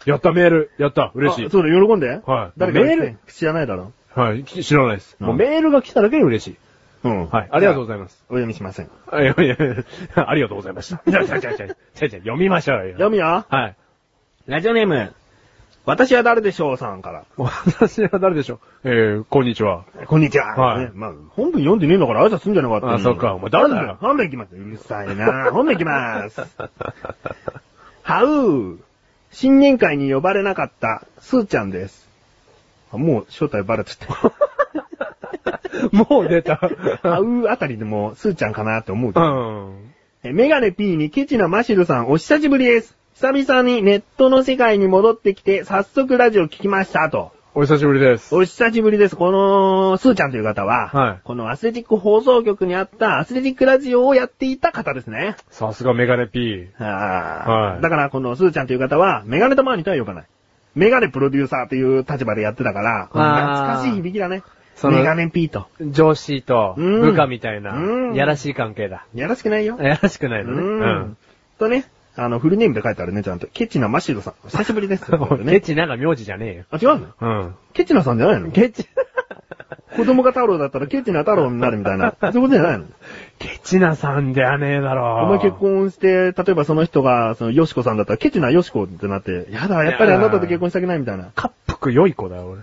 Speaker 3: やった、メール。やった。嬉しい
Speaker 1: あ。そうだ、喜んで。
Speaker 3: はい
Speaker 1: 誰か
Speaker 3: メール
Speaker 1: 知らないだろ。
Speaker 3: はい。き知らないです。
Speaker 1: うん
Speaker 3: もうメールが来ただけで嬉しい。
Speaker 1: うん。
Speaker 3: はい。ありがとうございます。
Speaker 1: お読みしません。
Speaker 3: あ いやいやいやありがとうございました。じゃあじゃあじゃあじゃあじゃあじゃあ読みましょうよ。
Speaker 1: 読むよ。
Speaker 3: はい。
Speaker 1: ラジオネーム、私は誰でしょうさんから。
Speaker 3: 私は誰でしょうえー、こんにち は。
Speaker 1: こんにちは。
Speaker 3: はい
Speaker 1: ねまあ、本文読んでねえんだから挨拶すんじゃなかったの
Speaker 3: あそっかお前誰だよ
Speaker 1: 本文本文行きます。うるさいな本文行きます。はう新年会に呼ばれなかった、すーちゃんです。あもう正体バレてた。
Speaker 3: もう出た。
Speaker 1: はうあたりでも、すーちゃんかなって思うけ
Speaker 3: う
Speaker 1: ど。
Speaker 3: ん。
Speaker 1: えメガネ P にケチなマシルさん、お久しぶりです。久々にネットの世界に戻ってきて、早速ラジオ聞きました、と。
Speaker 3: お久しぶりです。
Speaker 1: お久しぶりです。この、スーちゃんという方は、
Speaker 3: はい
Speaker 1: このアスレティック放送局にあったアスレティックラジオをやっていた方ですね。
Speaker 3: さすがメガネ P。
Speaker 1: は
Speaker 3: はい
Speaker 1: だからこのスーちゃんという方は、メガネとマーニとは呼ばない。メガネプロデューサーという立場でやってたから、
Speaker 3: あー
Speaker 1: 懐かしい響きだね。
Speaker 3: その
Speaker 1: メガネ P と。
Speaker 3: 上司と
Speaker 1: うん
Speaker 3: 部下みたいな
Speaker 1: う、ん
Speaker 3: やらしい関係だ。
Speaker 1: やらしくないよ。
Speaker 3: やらしくないのね。
Speaker 1: うん。とね、あの、フルネームで書いてあるね、ちゃんと。ケチなマシロさん。お久しぶ りです。ということ
Speaker 3: う
Speaker 1: で
Speaker 3: ん。ケ
Speaker 1: ね。
Speaker 3: チなんか名字じゃねえよ。
Speaker 1: あ、違うの
Speaker 3: うん。
Speaker 1: ケチなさんじゃないの
Speaker 3: ケチ、
Speaker 1: 子供が太郎だったらケチな太郎になるみた いな。そういうことじゃないの
Speaker 3: ケチなさんじゃねえだろ。
Speaker 1: お前結婚して、例えばその人が、その、ヨシコさんだったら、ケチなヨシコってなって、やだ、やっぱりあなたと結婚したくないみたいな。
Speaker 3: カップク良い子だよ、 俺。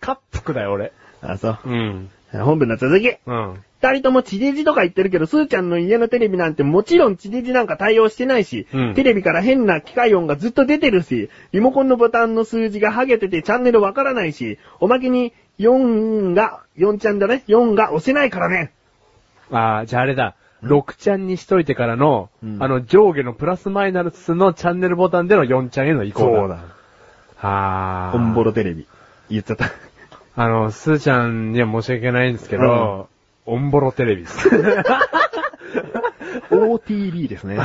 Speaker 3: カップクだよ、俺。
Speaker 1: あ、そう。
Speaker 3: うん。
Speaker 1: 本文の続き。
Speaker 3: うん。
Speaker 1: 二人とも地デジとか言ってるけど、スーちゃんの家のテレビなんてもちろん地デジなんか対応してないし、
Speaker 3: うん
Speaker 1: テレビから変な機械音がずっと出てるし、リモコンのボタンの数字がハゲててチャンネルわからないし、おまけに4が、4ちゃんだね、4が押せないからね。
Speaker 3: ああ、じゃああれだ。6ちゃんにしといてからの、
Speaker 1: うん
Speaker 3: あの、上下のプラスマイナスのチャンネルボタンでの4ちゃんへの移行だ。
Speaker 1: だ。
Speaker 3: ああ。
Speaker 1: オンボロテレビ。言っちゃ った。
Speaker 3: あの、スーちゃんには申し訳ないんですけど、オンボロテレビです。
Speaker 1: OTB です ね。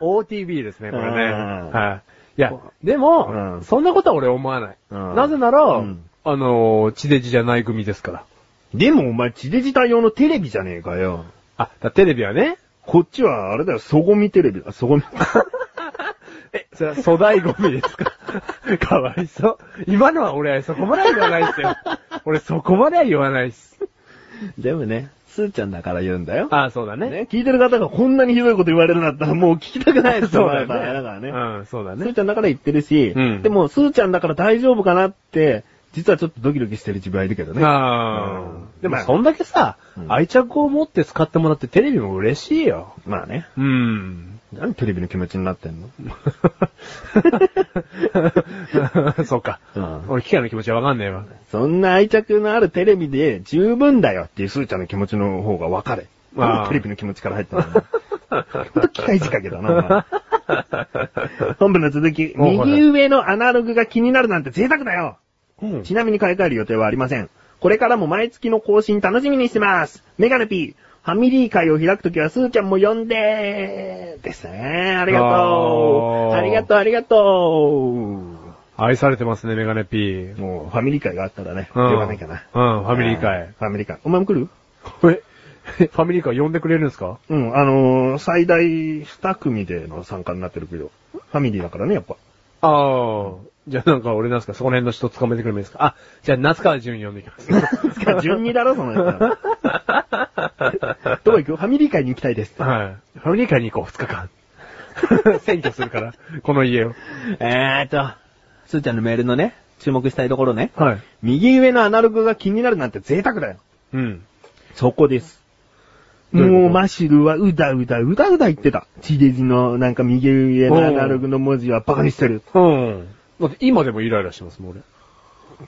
Speaker 3: OTB ですね、これね。
Speaker 1: うん
Speaker 3: はい。いや
Speaker 1: こ、
Speaker 3: でも、
Speaker 1: うん
Speaker 3: そんなことは俺思わない。
Speaker 1: うん
Speaker 3: なぜなら、
Speaker 1: うん
Speaker 3: あの、地デジじゃない組ですから。
Speaker 1: でもお前、地デジ対応のテレビじゃねえかよ。
Speaker 3: あ、だテレビはね、
Speaker 1: こっちは、あれだよ、ソゴミテレビだ、ソゴミ。
Speaker 3: え、それは粗大ゴミです かかわいそう。今のは俺、そこまでは言わないです よ。俺、そこまでは言わないっす。
Speaker 1: でもね、スーちゃんだから言うんだよ。
Speaker 3: ああ、そうだね。
Speaker 1: ね、聞いてる方がこんなにひどいこと言われるんだったら、もう聞きたくないです
Speaker 3: そ
Speaker 1: よ、
Speaker 3: うだね。
Speaker 1: まあだからね。
Speaker 3: うん、そうだ
Speaker 1: スー
Speaker 3: ね。
Speaker 1: ちゃんだから言ってるし、
Speaker 3: うん
Speaker 1: でも、スーちゃんだから大丈夫かなって、実はちょっとドキドキしてる自分はいるけどね。
Speaker 3: ああ、
Speaker 1: うん
Speaker 3: でも、
Speaker 1: まあ
Speaker 3: そんだけさ、
Speaker 1: うん
Speaker 3: 愛着を持って使ってもらってテレビも嬉しいよ。
Speaker 1: まあね。
Speaker 3: うん。
Speaker 1: 何テレビの気持ちになってんの
Speaker 3: そうか。
Speaker 1: うん
Speaker 3: 俺、機械の気持ちはわかんねえわ。
Speaker 1: そんな愛着のあるテレビで十分だよっていうスーちゃんの気持ちの方が分かれ。
Speaker 3: あー
Speaker 1: テレビの気持ちから 入ったのに。ほんと機械仕掛けだな、お前本部の続き、
Speaker 3: おはい
Speaker 1: 右上のアナログが気になるなんて贅沢だよ
Speaker 3: うん
Speaker 1: ちなみに買い替える予定はありません。これからも毎月の更新楽しみにしてますメガネ P! ファミリー会を開くときはスーちゃんも呼んでーですね。ありがとう
Speaker 3: あー
Speaker 1: ありがとうありがと
Speaker 3: 愛されてますね、メガネ P
Speaker 1: う。もう、ファミリー会があったらね、呼
Speaker 3: うん
Speaker 1: ばなきゃな。
Speaker 3: うんファミリー会
Speaker 1: うんファミリー会。お前も来る
Speaker 3: え、 ファミリーカー呼んでくれるんですか
Speaker 1: うん、あのー最大2組での参加になってるけど、ファミリーだからね、やっ ぱ。
Speaker 3: ああ。じゃあなんか俺なんすか、そこら辺の人捕まえてくればいいですかあ、じゃあ夏川順に呼んでいき ます。
Speaker 1: しかも順にだろ、そのや つ。どこ行くファミリー会に行きたいです。
Speaker 3: はい。ファミリー会に行こう、二日間。 選挙するから、この家を。
Speaker 1: えーっと、すーちゃんのメールのね、注目したいところね。
Speaker 3: はい。
Speaker 1: 右上のアナログが気になるなんて贅沢だよ。
Speaker 3: うん。
Speaker 1: そこです。
Speaker 3: どういうこと
Speaker 1: もうマシルはうだうだうだうだ言ってた。地デジのなんか右上のアナログの文字はバカにしてる。
Speaker 3: うん。だって今でもイライラしてますもん、俺。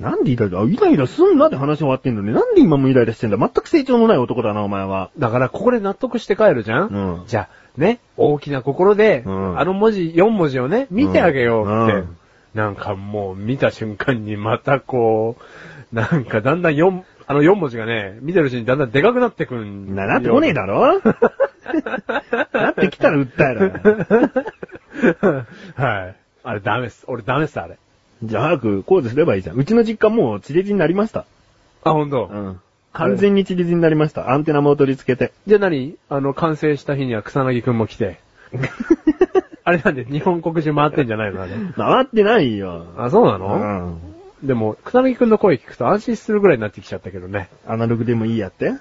Speaker 1: なんでイライラあイライラすんなって話終わってんのに、なんで今もイライラしてんだ全く成長のない男だな、お前は。
Speaker 3: だから、ここで納得して帰るじゃん、
Speaker 1: うん
Speaker 3: じゃあ、ね、大きな心で、
Speaker 1: うん
Speaker 3: あの文字、4文字をね、見てあげようって。
Speaker 1: うん
Speaker 3: なんかもう、見た瞬間にまたこう、なんかだんだん4、あの4文字がね、見てるうちにだんだんでかくなってくん。
Speaker 1: な、なってこねえ だろなってきたら訴えろよ。
Speaker 3: はい。あれダメっす。俺ダメっす、あれ。
Speaker 1: じゃあ早く工事すればいいじゃん。うちの実家もう地デジになりました。
Speaker 3: あ、ほんと。
Speaker 1: うん。完全に地デジになりました。アンテナも取り付けて。
Speaker 3: じゃあ何あの、完成した日には草薙くんも来 て。あれなんで、日本国中回ってんじゃないのあれ。
Speaker 1: 回ってないよ。
Speaker 3: あ、そうな
Speaker 1: う
Speaker 3: の、
Speaker 1: ん。
Speaker 3: でも、草薙くんの声聞くと安心するぐらいになってきちゃったけどね。
Speaker 1: アナログでもいいやって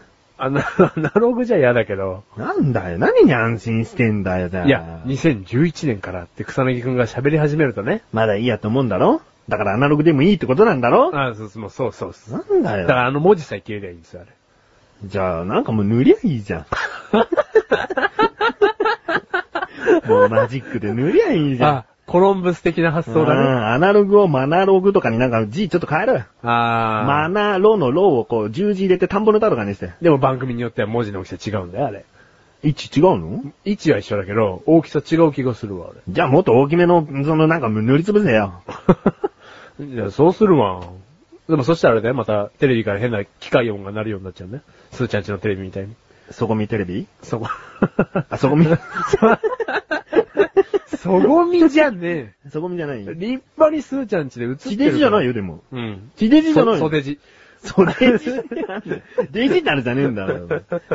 Speaker 3: アナ アナログじゃ嫌だけど。
Speaker 1: なんだよ、何に安心してんだよ、じゃあ。
Speaker 3: いや、2011年からって草薙くんが喋り始めるとね。
Speaker 1: まだいいやと思うんだろだからアナログでもいいってことなんだろ
Speaker 3: あそうそうそうそうそう。
Speaker 1: なんだ
Speaker 3: だか
Speaker 1: よ。
Speaker 3: らあの文字さえ消えりゃいいんですよ、あれ。
Speaker 1: じゃあ、なんかもう塗りゃい いじゃん。もうマジックで塗りゃいいじゃん。
Speaker 3: あ、コロンブス的な発想だね。
Speaker 1: んアナログをマナログとかになんか字ちょっと変えろよ。
Speaker 3: あー。
Speaker 1: マナロのロをこう十字入れて田んぼの田とかにして。
Speaker 3: でも番組によっては文字の大きさ違うんだよ、あれ。
Speaker 1: 位置違うの
Speaker 3: 位置は一緒だけど、大きさ違う気がするわ、
Speaker 1: じゃあもっと大きめの、そのなんか塗りつぶせよ。
Speaker 3: 俺。 いや、そうするわ。でもそしたらあれだよ、またテレビから変な機械音が鳴るようになっちゃうね。スーちゃんちのテレビみたいに。
Speaker 1: そこ見テレビ
Speaker 3: そこ。
Speaker 1: あ、そこ 見、
Speaker 3: そごみじゃね
Speaker 1: そこ見じゃない
Speaker 3: え。
Speaker 1: よ。
Speaker 3: 立派にスーちゃんちで映ってる。
Speaker 1: 地デジじゃない
Speaker 3: よ。
Speaker 1: よ、でも。
Speaker 3: うん。
Speaker 1: 地デジじゃない
Speaker 3: そ
Speaker 1: よ。
Speaker 3: 袖地。
Speaker 1: それ、デジタルじゃねえんだ よ。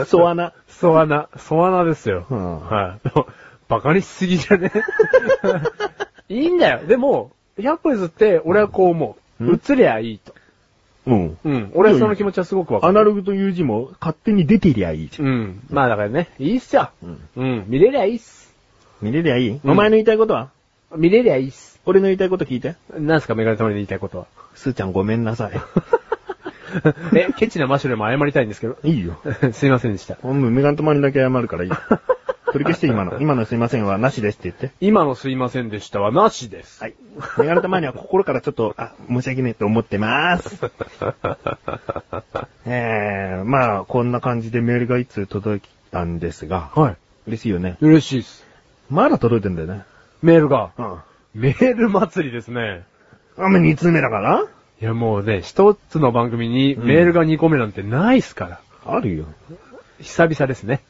Speaker 1: ソアナ。
Speaker 3: ソアナ、ソアナですよ。
Speaker 1: うん
Speaker 3: はい。 バカにしすぎじゃね いいんだよ。でも、100歩譲って、俺はこう思う。
Speaker 1: うん
Speaker 3: 映りゃいいと。
Speaker 1: うん。
Speaker 3: うん。俺はその気持ちはすごくわか
Speaker 1: ア
Speaker 3: る。
Speaker 1: ナログという字も勝手に出てりゃいいじゃん。
Speaker 3: うん。まあだからね、いいっすよ。
Speaker 1: うん
Speaker 3: うん。見れりゃいいっす。
Speaker 1: 見れりゃいい、
Speaker 3: うん
Speaker 1: お前の言いたいことは
Speaker 3: 見れりゃいいっす。
Speaker 1: 俺の言いたいこと聞いて。
Speaker 3: なんすか、メガネたまに言いたいこと は。
Speaker 1: スーちゃんごめんなさい。
Speaker 3: え、ケチなマシュルも謝りたいんですけど。
Speaker 1: いいよ。
Speaker 3: すいませんでした。
Speaker 1: ほんのメガンとまりだけ謝るからいい よ。取り消して今の。今のすいませんはなしですって言って。
Speaker 3: 今のすいませんでしたはなしです。
Speaker 1: はい。メガネたまには心からちょっと、あ、申し訳ねえと思ってまー す。えー、まあ、こんな感じでメールが一通届いたんですが、
Speaker 3: はい。
Speaker 1: 嬉しいよね。
Speaker 3: 嬉しいっす。
Speaker 1: まだ届いてんだよね。
Speaker 3: メールが。
Speaker 1: うん。
Speaker 3: メール祭りですね。
Speaker 1: あ、もう2通目だから
Speaker 3: いやもうね、一つの番組に
Speaker 1: うん
Speaker 3: メールが2個目なんてないっすから。
Speaker 1: あるよ。
Speaker 3: 久々ですね。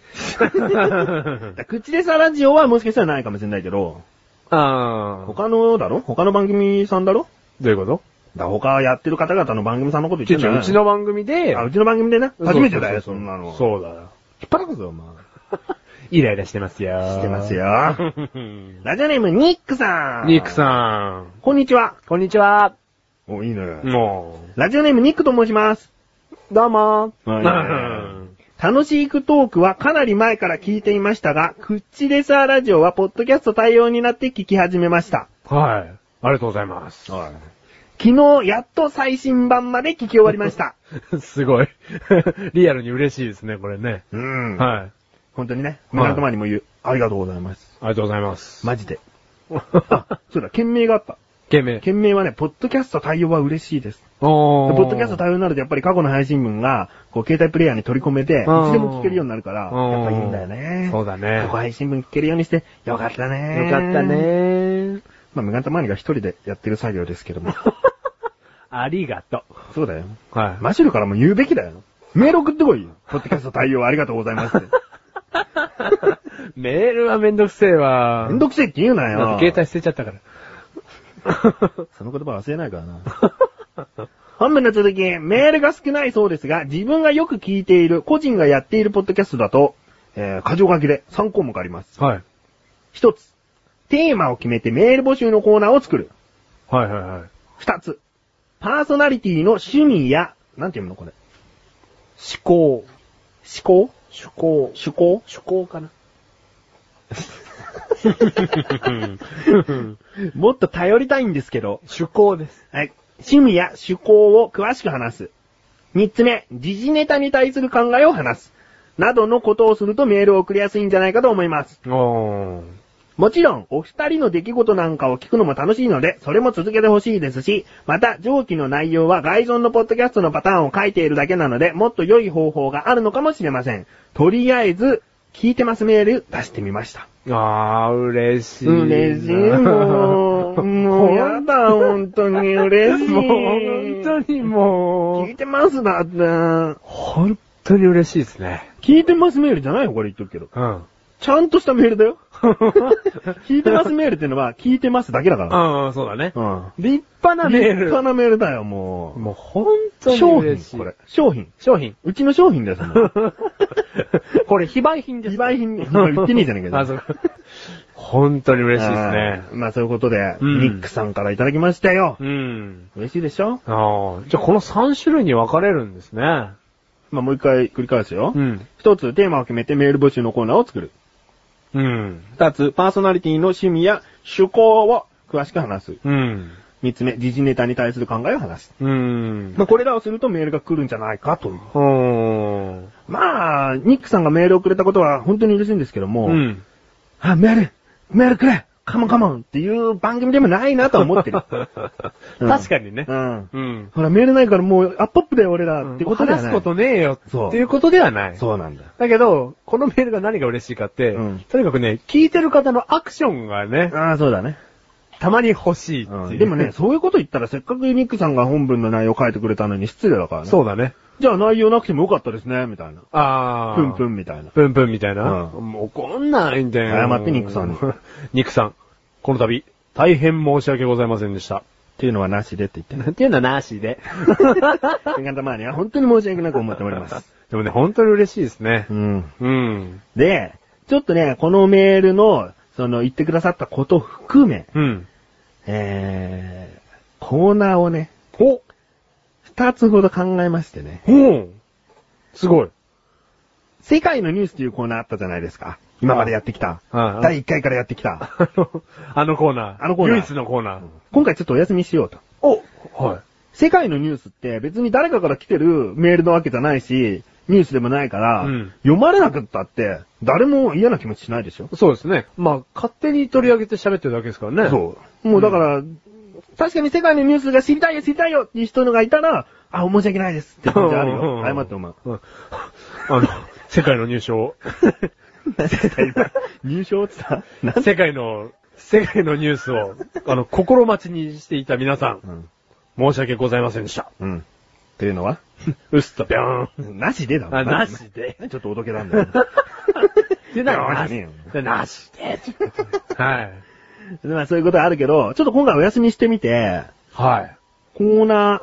Speaker 1: 口でさラジオはもしかしたらないかもしれないけど、
Speaker 3: あー。
Speaker 1: 他のだろ他の番組さんだろ
Speaker 3: どういうこと
Speaker 1: だ他やってる方々の番組さんのこと言っ
Speaker 3: ち
Speaker 1: て
Speaker 3: ょ
Speaker 1: ん
Speaker 3: ち
Speaker 1: じゃ
Speaker 3: ょ、
Speaker 1: ないう
Speaker 3: ちの番組で、
Speaker 1: あ、うちの番組でね。初めてだよ、
Speaker 3: う
Speaker 1: そ
Speaker 3: うん
Speaker 1: なの。う。
Speaker 3: そうだよ。
Speaker 1: 引っ張らくぞ、お前。
Speaker 3: イライラしてますよ。
Speaker 1: してま す。よ。ラジオネーム、ニックさん。
Speaker 3: ニックさん。
Speaker 1: ん。こんにちは。
Speaker 3: こんにちは。
Speaker 1: お、いいね。
Speaker 3: も
Speaker 1: ラジオネーム、ニックと申します。
Speaker 3: う。どう も
Speaker 1: はい楽しいクトークはかなり前から聞いていましたが、クッチレサーラジオはポッドキャスト対応になって聞き始めました。
Speaker 3: はい。ありがとうございます。
Speaker 1: 昨日、やっと最新版まで聞き終わりました。
Speaker 3: すごい。リアルに嬉しいですね、これね。
Speaker 1: うん。い。
Speaker 3: はい。
Speaker 1: 本当にね、
Speaker 3: はい
Speaker 1: 村友にも言う、ありがとうございます。
Speaker 3: ありがとうございます。
Speaker 1: マジで。 そうだ、件名があった。
Speaker 3: ゲメ。
Speaker 1: 件名はね、ポッドキャスト対応は嬉しいです。
Speaker 3: お
Speaker 1: でポッドキャスト対応になるとやっぱり過去の配信分が、こう、携帯プレイヤーに取り込めて、いつで
Speaker 3: うん
Speaker 1: も聞けるようになるから、
Speaker 3: うん
Speaker 1: やっぱいいんだよね。
Speaker 3: そうだね
Speaker 1: 過去配信分聞けるようにして、よかったね。
Speaker 3: よかった。ね
Speaker 1: まあ、メガンタマニが一人でやってる作業ですけども。
Speaker 3: ありがと
Speaker 1: そうだよ。
Speaker 3: う。はい。
Speaker 1: マシュルからも言うべきだよ。メール送ってこいよ。ポッドキャスト対応ありがとうございま すって。
Speaker 3: メールはめんどくせえわ。
Speaker 1: めんどくせえって言うな
Speaker 3: だ
Speaker 1: よ
Speaker 3: っ。て携帯捨てちゃったから。
Speaker 1: その言葉忘れないからな。本文の続き、メールが少ないそうですが、自分がよく聞いている、個人がやっているポッドキャストだと、えー、箇条書きで3項目ありま す。
Speaker 3: はい。
Speaker 1: 1つ、テーマを決めてメール募集のコーナーを作る。
Speaker 3: はいはいはい。
Speaker 1: 2つ、パーソナリティの趣味や、なんていうのこれ。
Speaker 3: 思考。
Speaker 1: 思考
Speaker 3: 趣向。
Speaker 1: 趣向
Speaker 3: 趣向かな。
Speaker 1: もっと頼りたいんですけど。
Speaker 3: 趣向です。
Speaker 1: はい。趣味や趣向を詳しく話す。3つ目、時事ネタに対する考えを話す。などのことをするとメールを送りやすいんじゃないかと思います。
Speaker 3: おー。
Speaker 1: もちろん、お二人の出来事なんかを聞くのも楽しいので、それも続けてほしいですし、また、上記の内容は外存のポッドキャストのパターンを書いているだけなので、もっと良い方法があるのかもしれません。とりあえず、聞いてますメール出してみました。
Speaker 3: あー、嬉しい。
Speaker 1: 嬉し い。もう、もう、やだ、本当に嬉しい。
Speaker 3: もう、本当にも、
Speaker 1: 聞いうてますだって。
Speaker 3: 本当に嬉しいですね。
Speaker 1: 聞いてますメールじゃないよ、これ言っとくけど。
Speaker 3: うん。
Speaker 1: ちゃんとしたメールだよ。聞いてますメールってのは、聞いてますだけだから。
Speaker 3: あー、そうだね。
Speaker 1: うん。
Speaker 3: 立派な
Speaker 1: 立
Speaker 3: メー
Speaker 1: 派
Speaker 3: ル。
Speaker 1: なメールだよ、も
Speaker 3: もう本
Speaker 1: う。
Speaker 3: 当に
Speaker 1: 商
Speaker 3: 嬉しい。
Speaker 1: 品、これ。。商品。
Speaker 3: 商品。
Speaker 1: うちの商品ですもん。
Speaker 3: これ、非売品 です。
Speaker 1: 非売品、今言ってねえじゃねえか
Speaker 3: あ、そう。本当に嬉しいですね。
Speaker 1: あーまあそういうことで、
Speaker 3: うん
Speaker 1: ニックさんからいただきましたよ。
Speaker 3: うん。
Speaker 1: 嬉しいでしょ
Speaker 3: ああ、じゃあこの3種類に分かれるんですね。
Speaker 1: まあ、もう一回繰り返すよ。
Speaker 3: うん。
Speaker 1: 一つ、テーマを決めてメール募集のコーナーを作る。
Speaker 3: うん。
Speaker 1: 二つ、パーソナリティの趣味や趣向を詳しく話す。
Speaker 3: うん。
Speaker 1: 三つ目、時事ネタに対する考えを話す。
Speaker 3: うん。
Speaker 1: まあ、これらをするとメールが来るんじゃないかという。
Speaker 3: ほー。
Speaker 1: まあ、ニックさんがメールをくれたことは本当に嬉しいんですけども、
Speaker 3: うん。
Speaker 1: あ、メールメールくれカモンカモンっていう番組でもないなとは 思ってる。うん
Speaker 3: 確かにね
Speaker 1: う。ん。
Speaker 3: うん。
Speaker 1: ほら、メールないからもう、アップアップだよ、俺ら、ってことでは
Speaker 3: 話
Speaker 1: な
Speaker 3: すこ
Speaker 1: い。
Speaker 3: とねえよ。
Speaker 1: そう
Speaker 3: っていうことではない。
Speaker 1: そうなんだ。
Speaker 3: だけど、このメールが何が嬉しいかって、
Speaker 1: うん
Speaker 3: とにかくね、聞いてる方のアクションがね、
Speaker 1: ああ、そうだね。
Speaker 3: たまに欲しいっていう
Speaker 1: うんでもね、、そういうこと言ったらせっかくニックさんが本文の内容書いてくれたのに失礼だからね。
Speaker 3: そうだね。
Speaker 1: じゃあ内容なくてもよかったですね、みたいな。
Speaker 3: あー。
Speaker 1: プンプンみたいな。
Speaker 3: プンプンみたいな。
Speaker 1: う
Speaker 3: もうこんないんだよ。
Speaker 1: 謝ってニックさんに。
Speaker 3: ニックさん、この度、大変申し訳ございませんでした。
Speaker 1: っていうのはなしでって言ってね。
Speaker 3: なんていうのはなしで。
Speaker 1: 新潟まには本当に申し訳なく思っております。
Speaker 3: でもね、本当に嬉しいですね
Speaker 1: う。ん。
Speaker 3: うん。
Speaker 1: で、ちょっとね、このメールの、その、言ってくださったことを含め、
Speaker 3: うん。
Speaker 1: えー、コーナーをね、
Speaker 3: お
Speaker 1: 二つほど考えましてね。
Speaker 3: ほうすごい。
Speaker 1: 世界のニュースというコーナーあったじゃないですか。今までやってきた。
Speaker 3: うんうん
Speaker 1: 第1回からやってきた。
Speaker 3: あの、あのコーナー。
Speaker 1: あのコーナー
Speaker 3: 唯一のコーナー。
Speaker 1: 今回ちょっとお休みしようと。
Speaker 3: おはい。
Speaker 1: 世界のニュースって別に誰かから来てるメールなわけじゃないし、ニュースでもないから、
Speaker 3: うん
Speaker 1: 読まれなくったって、誰も嫌な気持ちしないでしょ、
Speaker 3: そうですね。まあ、勝手に取り上げて喋ってるだけですからね。
Speaker 1: そう。もうだから、確かに世界のニュースが知りたいよ、知りたいよっていう人がいたら、あ、申し訳ないですって感じある
Speaker 3: うんうん
Speaker 1: よ。
Speaker 3: うん
Speaker 1: 謝ってお前。
Speaker 3: うん。あの、世界の入賞。
Speaker 1: 入賞ってさ、なん
Speaker 3: 世界の、世界のニュースを、あの、心待ちにしていた皆さ、
Speaker 1: うんん。
Speaker 3: 申し訳ございませんでした。
Speaker 1: うん。っていうのは
Speaker 3: うっすとぴょーん。
Speaker 1: なしでだろ
Speaker 3: あ、なし で。
Speaker 1: ちょっとおどけなんだよ。
Speaker 3: で、な
Speaker 1: な
Speaker 3: し
Speaker 1: しね
Speaker 3: で。なしで。はい。
Speaker 1: まあそういうことはあるけど、ちょっと今回お休みしてみて、
Speaker 3: はい。
Speaker 1: コーナー、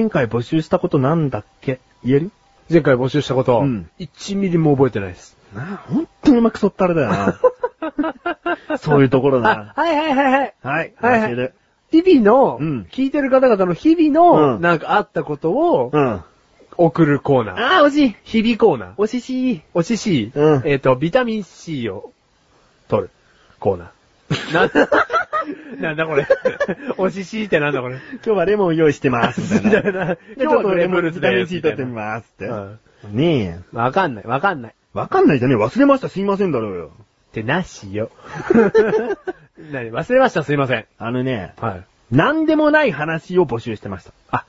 Speaker 1: 前回募集したことなんだっけ言える
Speaker 3: 前回募集したこと、
Speaker 1: うん
Speaker 3: 1ミリも覚えてないです。
Speaker 1: なあ、ほんとにうまくそったれだよ な。そういうところ
Speaker 3: あ
Speaker 1: だ、。
Speaker 3: はいはいはいはい。
Speaker 1: はい、
Speaker 3: はいはい
Speaker 1: 教える。
Speaker 3: 日々の、
Speaker 1: うん
Speaker 3: 聞いてる方々の日々の、
Speaker 1: うん
Speaker 3: なんかあったことを
Speaker 1: う、ん。
Speaker 3: 送るコーナー。
Speaker 1: ああ、惜しい。
Speaker 3: 日々コーナー。
Speaker 1: 惜しい。
Speaker 3: おし C、
Speaker 1: うん
Speaker 3: えっ、と、ビタミン C を取るコーナー。なんだ、な んだこれ。おし C ってなんだこれ。
Speaker 1: 今日はレモン用意してます。 みたいな。でち
Speaker 3: 今日
Speaker 1: ょっと
Speaker 3: の
Speaker 1: レ
Speaker 3: レ
Speaker 1: モ
Speaker 3: ム
Speaker 1: ン
Speaker 3: ル
Speaker 1: ビ
Speaker 3: ズ
Speaker 1: タミ
Speaker 3: で
Speaker 1: ン C 取ってみますって。
Speaker 3: うん
Speaker 1: ねえ。
Speaker 3: わかんない、わかんない。
Speaker 1: わかんないじゃねえ。忘れました。すいませんだろうよ。
Speaker 3: ってなし よ。なに、忘れました、すいません。
Speaker 1: あのね、
Speaker 3: はい。
Speaker 1: なんでもない話を募集してました。
Speaker 3: あ、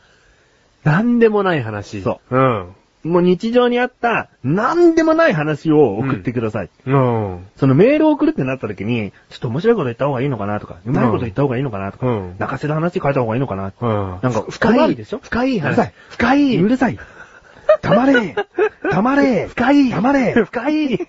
Speaker 3: なんでもない話。。
Speaker 1: そう
Speaker 3: うん。
Speaker 1: もう日常にあった、なんでもない話を送ってください。
Speaker 3: うん。
Speaker 1: そのメールを送るってなった時に、ちょっと面白いこと言った方がいいのかなとか、うまいこと言った方がいいのかなとか、
Speaker 3: うん
Speaker 1: 泣かせる話書いた方がいいのかな、
Speaker 3: うん。
Speaker 1: なんか、
Speaker 3: 深い
Speaker 1: でしょ
Speaker 3: 深いう
Speaker 1: るさ
Speaker 3: 話
Speaker 1: い。。深いうるさ い。黙れ黙れ深い黙れ深い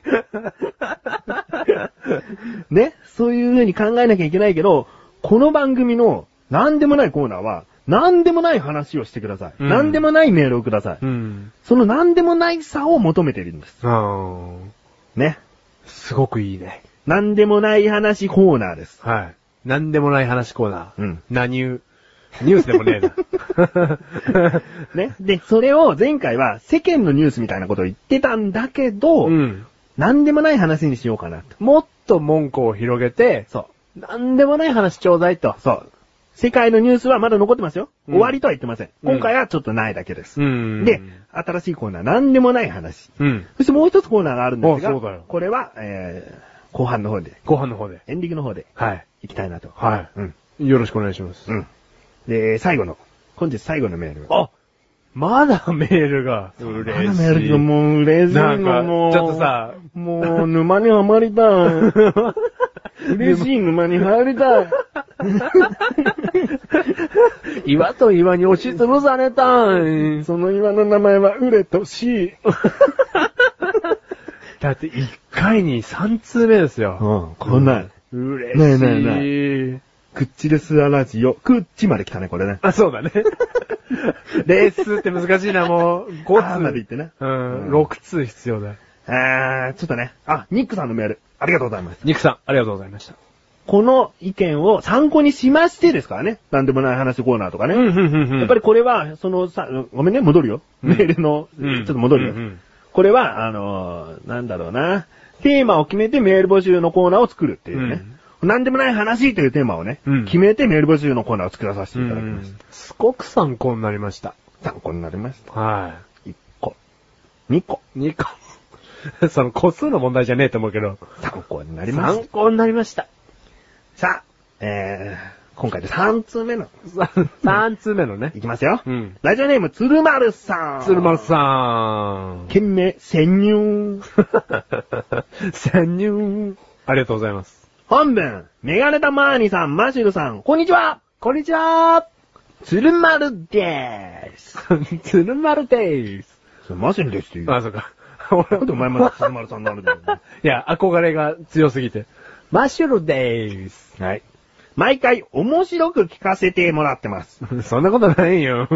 Speaker 1: ね、そういう風に考えなきゃいけないけど、この番組の何でもないコーナーは、何でもない話をしてください。
Speaker 3: うん
Speaker 1: 何でもないメールをください。
Speaker 3: うん。
Speaker 1: その何でもないさを求めているんです。
Speaker 3: うん。
Speaker 1: ね。
Speaker 3: すごくいいね。
Speaker 1: 何でもない話コーナーです。
Speaker 3: はい。なんでもない話コーナー。
Speaker 1: うん
Speaker 3: 何ゅう。ニュースでもねえ な。
Speaker 1: ね。で、それを前回は世間のニュースみたいなことを言ってたんだけど、
Speaker 3: うん。
Speaker 1: 何でもない話にしようかなと。
Speaker 3: もっと文句を広げて、
Speaker 1: そ
Speaker 3: なんでもない話ちょうだいと
Speaker 1: う。。そう。世界のニュースはまだ残ってますよ。
Speaker 3: うん
Speaker 1: 終わりとは言ってません。
Speaker 3: うん
Speaker 1: 今回はちょっとないだけです。
Speaker 3: ん
Speaker 1: で、新しいコーナー、何でもない話。
Speaker 3: うん。
Speaker 1: そしてもう一つコーナーがあるんです
Speaker 3: あそ
Speaker 1: が
Speaker 3: うだよ、
Speaker 1: これは、えー、後半の方で、
Speaker 3: 後半の方で。
Speaker 1: エンディングの方で
Speaker 3: はい。
Speaker 1: 行きたいなと。
Speaker 3: は
Speaker 1: うん。
Speaker 3: い。よろしくお願いします。
Speaker 1: うん。で、最後の、本日最後のメール。
Speaker 3: あまだメールが。嬉しい。
Speaker 1: あメールがもう嬉しい
Speaker 3: なんか
Speaker 1: の、もう。
Speaker 3: ちょっとさ
Speaker 1: もう、沼にはまりた い。嬉しい沼に入りたい。
Speaker 3: 岩と岩に押しつぶされたい。
Speaker 1: その岩の名前は、ウレとシー。
Speaker 3: だって一回に三通目ですよ。
Speaker 1: うん、こんない。
Speaker 3: 嬉しい。
Speaker 1: ねえねえクッチレスアラジオ。クッチまで来たね、これね。
Speaker 3: あ、そうだね。レースって難しいな、もう。5
Speaker 1: あー
Speaker 3: 通
Speaker 1: まで行ってね
Speaker 3: うん、6通必要だ。
Speaker 1: えー、ちょっとね。あ、ニックさんのメール。ありがとうございます。
Speaker 3: ニックさん、ありがとうございました。
Speaker 1: この意見を参考にしましてですからね。なんでもない話コーナーとかね。
Speaker 3: うん、うん、うん。
Speaker 1: やっぱ
Speaker 3: り、
Speaker 1: りこれは、そのさ、ごめんね、戻るよ。
Speaker 3: うん
Speaker 1: メールの、ちょっと戻るよ。
Speaker 3: うんうん
Speaker 1: これは、あのーなんだろうな。テーマを決めてメール募集のコーナーを作るっていうね。なんでもない話というテーマをね、
Speaker 3: うん
Speaker 1: 決めてメール募集のコーナーを作らさせて
Speaker 3: う
Speaker 1: いただきまし
Speaker 3: ん。すごく参考になりました。
Speaker 1: た。参考になりました。
Speaker 3: は
Speaker 1: 1個、2個、
Speaker 3: い。2個。 その個数の問題じゃねえと思うけど。
Speaker 1: 参考になりまし
Speaker 3: 参考になりま した。
Speaker 1: た。さあ、えー、今回で3通目の、
Speaker 3: 3通目のね
Speaker 1: い。きますよ。
Speaker 3: うん
Speaker 1: ラジオネーム、鶴丸さん。
Speaker 3: 鶴丸さ ん。
Speaker 1: 懸命、潜入。
Speaker 3: 潜入。ありがとうございます。
Speaker 1: 本文、メガネタマーニさん、マシルさん、こんにちは
Speaker 3: こんにちは
Speaker 1: 鶴丸でーす。
Speaker 3: 鶴丸です。
Speaker 1: マシルですって言う。
Speaker 3: あ、そうか。 俺
Speaker 1: なんでお前まで鶴丸さんになるんだよ。
Speaker 3: いや、憧れが強すぎて。マッシュルです。
Speaker 1: はい。毎回面白く聞かせてもらってます。
Speaker 3: そんなことないよ。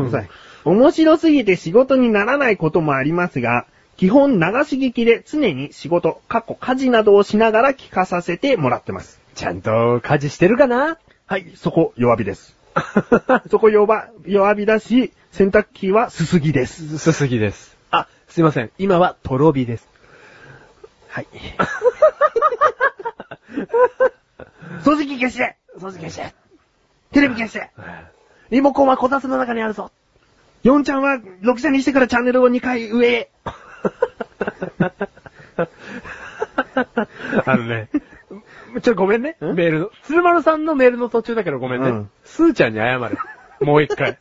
Speaker 1: 面白すぎて仕事にならないこともありますが、基本流し聞きで常に仕事、過去家事などをしながら聞かさせてもらってます。
Speaker 3: ちゃんと家事してるかな
Speaker 1: はい、そこ弱火です。そこ弱、弱火だし、洗濯機はすすぎで す。
Speaker 3: すすぎです。あ、すいません。今はとろ火 です。
Speaker 1: はい。 掃除機消して掃除機消してテレビ消してリモコンはこたつの中にあるぞ4ちゃんは6ちゃんにしてからチャンネルを2回上へ
Speaker 3: あのね、ちょ、ごめんね。メ
Speaker 1: ん
Speaker 3: ールの。鶴丸さんのメールの途中だけどごめんね。
Speaker 1: うん
Speaker 3: すーちゃんに謝れ。もう一 回。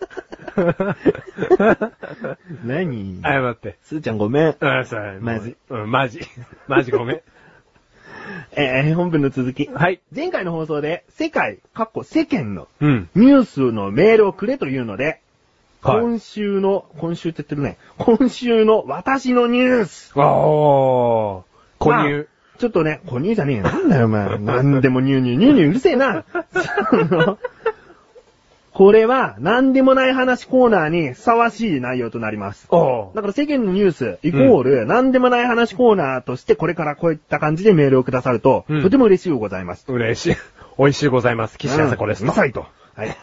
Speaker 1: 何
Speaker 3: 謝って。
Speaker 1: すーちゃんごめん。
Speaker 3: うん、そう
Speaker 1: マジ。
Speaker 3: うん、マ ジ。マジごめん。
Speaker 1: えー、本文の続き。
Speaker 3: はい。
Speaker 1: 前回の放送で、世界、かっこ世間の
Speaker 3: うん。
Speaker 1: ニュースのメールをくれというので、
Speaker 3: はい
Speaker 1: 今週の、今週って言ってるね。今週の私のニュース。
Speaker 3: おー。購入。
Speaker 1: まあちょっとね、購入じゃねえよ。なんだ よ、お前。なんでもニューニューニューニューうるせえな。そのこれは、なんでもない話コーナーにふさわしい内容となります。
Speaker 3: お
Speaker 1: だから世間のニュース、イコール、なんでもない話コーナーとして、これからこういった感じでメールをくださると、
Speaker 3: うん
Speaker 1: とても嬉しいございます。
Speaker 3: 嬉しい。美味しいございます。岸田さんこです。
Speaker 1: うるさいと。はい。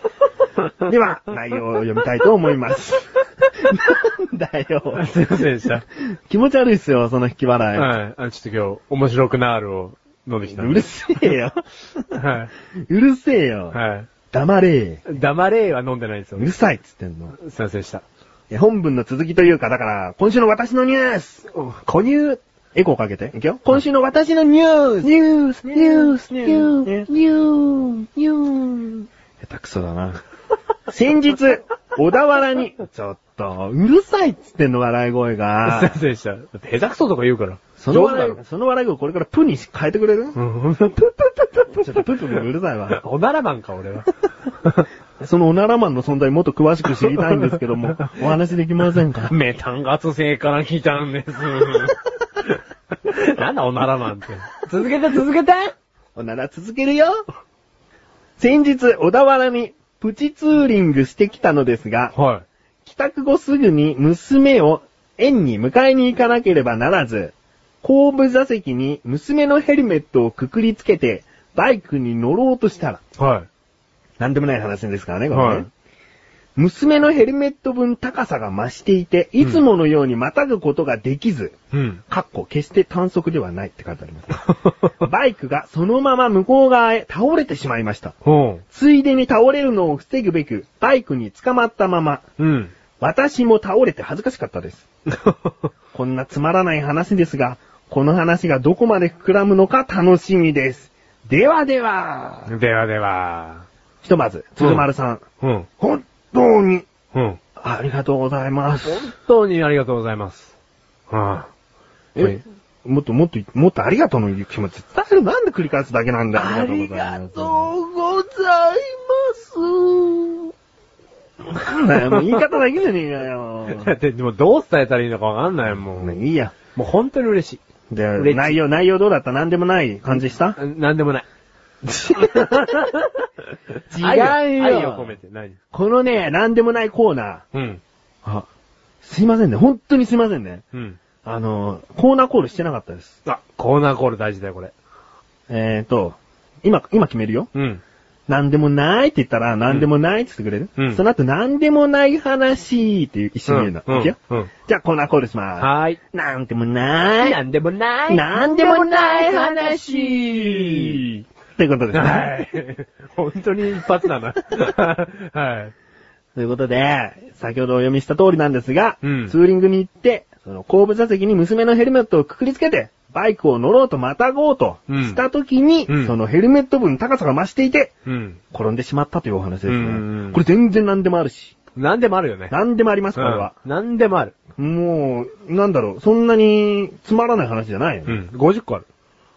Speaker 1: では、内容を読みたいと思い ます。なんだ よ。
Speaker 3: すいませんでした。
Speaker 1: 気持ち悪いっすよ、その引き笑い。
Speaker 3: はい。あちょっと今日、面白くなーるを飲んできたん
Speaker 1: う
Speaker 3: で。
Speaker 1: るせえよ。
Speaker 3: は
Speaker 1: うるせえ
Speaker 3: い。
Speaker 1: よ。
Speaker 3: は
Speaker 1: 黙れ。
Speaker 3: い。黙れーは飲んでないですよ
Speaker 1: う。るさいっつってんの。
Speaker 3: すいませんでした。
Speaker 1: え本文の続きというか、だから、今週の私のニュース
Speaker 3: 購入
Speaker 1: エコーかけて。いくよ。今週の私のニュースニュースニュースニュースニュース下手くそだな。先日、小田原に、ちょっと、うるさいっつってんの、笑い声
Speaker 3: すいま
Speaker 1: が
Speaker 3: せ。んでした。だって下手くそとか言うから。
Speaker 1: その
Speaker 3: 上手だ
Speaker 1: 笑い
Speaker 3: ろ、
Speaker 1: その笑い声これからプに変えてくれる
Speaker 3: う
Speaker 1: ち
Speaker 3: ん。プップップップ
Speaker 1: ょ
Speaker 3: ッ
Speaker 1: っとプンプンうるさいわ。
Speaker 3: おならマンか、俺は。
Speaker 1: そのオナラマンの存在もっと詳しく知りたいんですけど も、お話できませ んか
Speaker 3: メタンガス製から来たん です。なんだ、おならマンって。続けて、続けて
Speaker 1: おなら続けるよ。先日、小田原にプチツーリングしてきたのですが、
Speaker 3: は
Speaker 1: 帰宅後すぐに娘を園に迎えに行かなければならず、後部座席に娘のヘルメットをくくりつけて、バイクに乗ろうとした
Speaker 3: い。
Speaker 1: ら、
Speaker 3: は
Speaker 1: なんでもない話ですからね、
Speaker 3: い。
Speaker 1: これね。
Speaker 3: はい。
Speaker 1: 娘のヘルメット分高さが増していて、いつものようにまたぐことができず、
Speaker 3: うん。
Speaker 1: かっこ、決して短足ではないって書いてあります。バイクがそのまま向こう側へ倒れてしまいました。
Speaker 3: うん。
Speaker 1: ついでに倒れるのを防ぐべく、バイクに捕まったまま、
Speaker 3: うん。
Speaker 1: 私も倒れて恥ずかしかったです。こんなつまらない話ですが、この話がどこまで膨らむのか楽しみです。ではでは、
Speaker 3: ではでは。
Speaker 1: ひとまず、鶴丸さん、
Speaker 3: うん。
Speaker 1: 本当に
Speaker 3: うん。
Speaker 1: ありがとうございます。
Speaker 3: 本当にありがとうございます。はあ、
Speaker 1: えもっともっと、もっとありがとうの気持ち伝える。なんで繰り返すだけなんだありがとうございます。なんだよ、 もう言い方だけじゃねえかよ。
Speaker 3: だって、でもどう伝えたらいいのかわかんないもん。
Speaker 1: ねいいや。
Speaker 3: もう本当に嬉しい。
Speaker 1: で、
Speaker 3: 嬉しい
Speaker 1: 内容、内容どうだったなんでもない感じした
Speaker 3: なんでもない。
Speaker 1: 違う
Speaker 3: 愛を
Speaker 1: よ
Speaker 3: 愛を込めて、何
Speaker 1: このね、なんでもないコーナ
Speaker 3: うん。
Speaker 1: ー。あ、すいませんね。本当にすいませんね。
Speaker 3: うん。
Speaker 1: あの、コーナーコールしてなかったです。
Speaker 3: あ、コーナーコール大事だよ、これ。
Speaker 1: えーと、今、今決めるよ。
Speaker 3: うん。
Speaker 1: なんでもないって言ったら、なんでもないって言ってくれる、
Speaker 3: うん
Speaker 1: その後、なんでもない話っていう一緒に言うの。
Speaker 3: うん
Speaker 1: いくよ
Speaker 3: うん
Speaker 1: じゃあ、コーナーコールしま
Speaker 3: はーい。
Speaker 1: す。なんでもない。
Speaker 3: なんでもない。
Speaker 1: なんでもない話。ということですね。
Speaker 3: はい。本当に一発だな。はい。
Speaker 1: ということで、先ほどお読みした通りなんですが、
Speaker 3: うん
Speaker 1: ツーリングに行って、その後部座席に娘のヘルメットをくくりつけて、バイクを乗ろうとまたごうと
Speaker 3: うん
Speaker 1: した時に、
Speaker 3: うん
Speaker 1: そのヘルメット分高さが増していて、
Speaker 3: うん。
Speaker 1: 転んでしまったというお話です
Speaker 3: うんうんう
Speaker 1: ね。
Speaker 3: ん
Speaker 1: これ全然何でもあるし、
Speaker 3: 何でもあるよね。
Speaker 1: 何でもあります、これは。
Speaker 3: うん何でもある。
Speaker 1: もう、なんだろう、そんなにつまらない話じゃないよ
Speaker 3: う
Speaker 1: ね。
Speaker 3: ん。50個ある。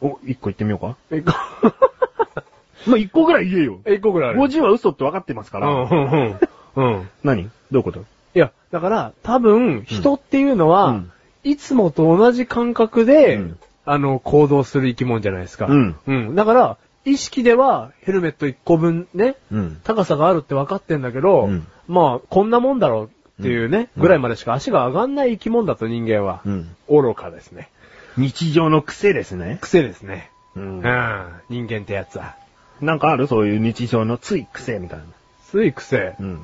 Speaker 1: お、1個言ってみようか。
Speaker 3: 1個。
Speaker 1: まあ、1個ぐらい言えよ。
Speaker 3: 1個ぐらいある。
Speaker 1: 50は嘘って分かってますか
Speaker 3: う
Speaker 1: ら。
Speaker 3: ん、うん、うん。うん。
Speaker 1: 何どういうこと
Speaker 3: いや、だから、多分、人っていうのは、
Speaker 1: うん
Speaker 3: いつもと同じ感覚で、
Speaker 1: うん
Speaker 3: あの、行動する生き物じゃないですか。
Speaker 1: うん
Speaker 3: うん。だから、意識では、ヘルメット1個分ね、
Speaker 1: うん。
Speaker 3: 高さがあるって分かってんだけど、
Speaker 1: うん
Speaker 3: まあ、こんなもんだろうっていうね、
Speaker 1: うん
Speaker 3: ぐらいまでしか足が上がんない生き物だと人間は、
Speaker 1: うん
Speaker 3: 愚かですね。
Speaker 1: 日常の癖ですね。
Speaker 3: 癖ですね。
Speaker 1: うん
Speaker 3: うん。人間ってやつは。
Speaker 1: なんかあるそういう日常のつい癖みたいな。
Speaker 3: つい癖。
Speaker 1: うん。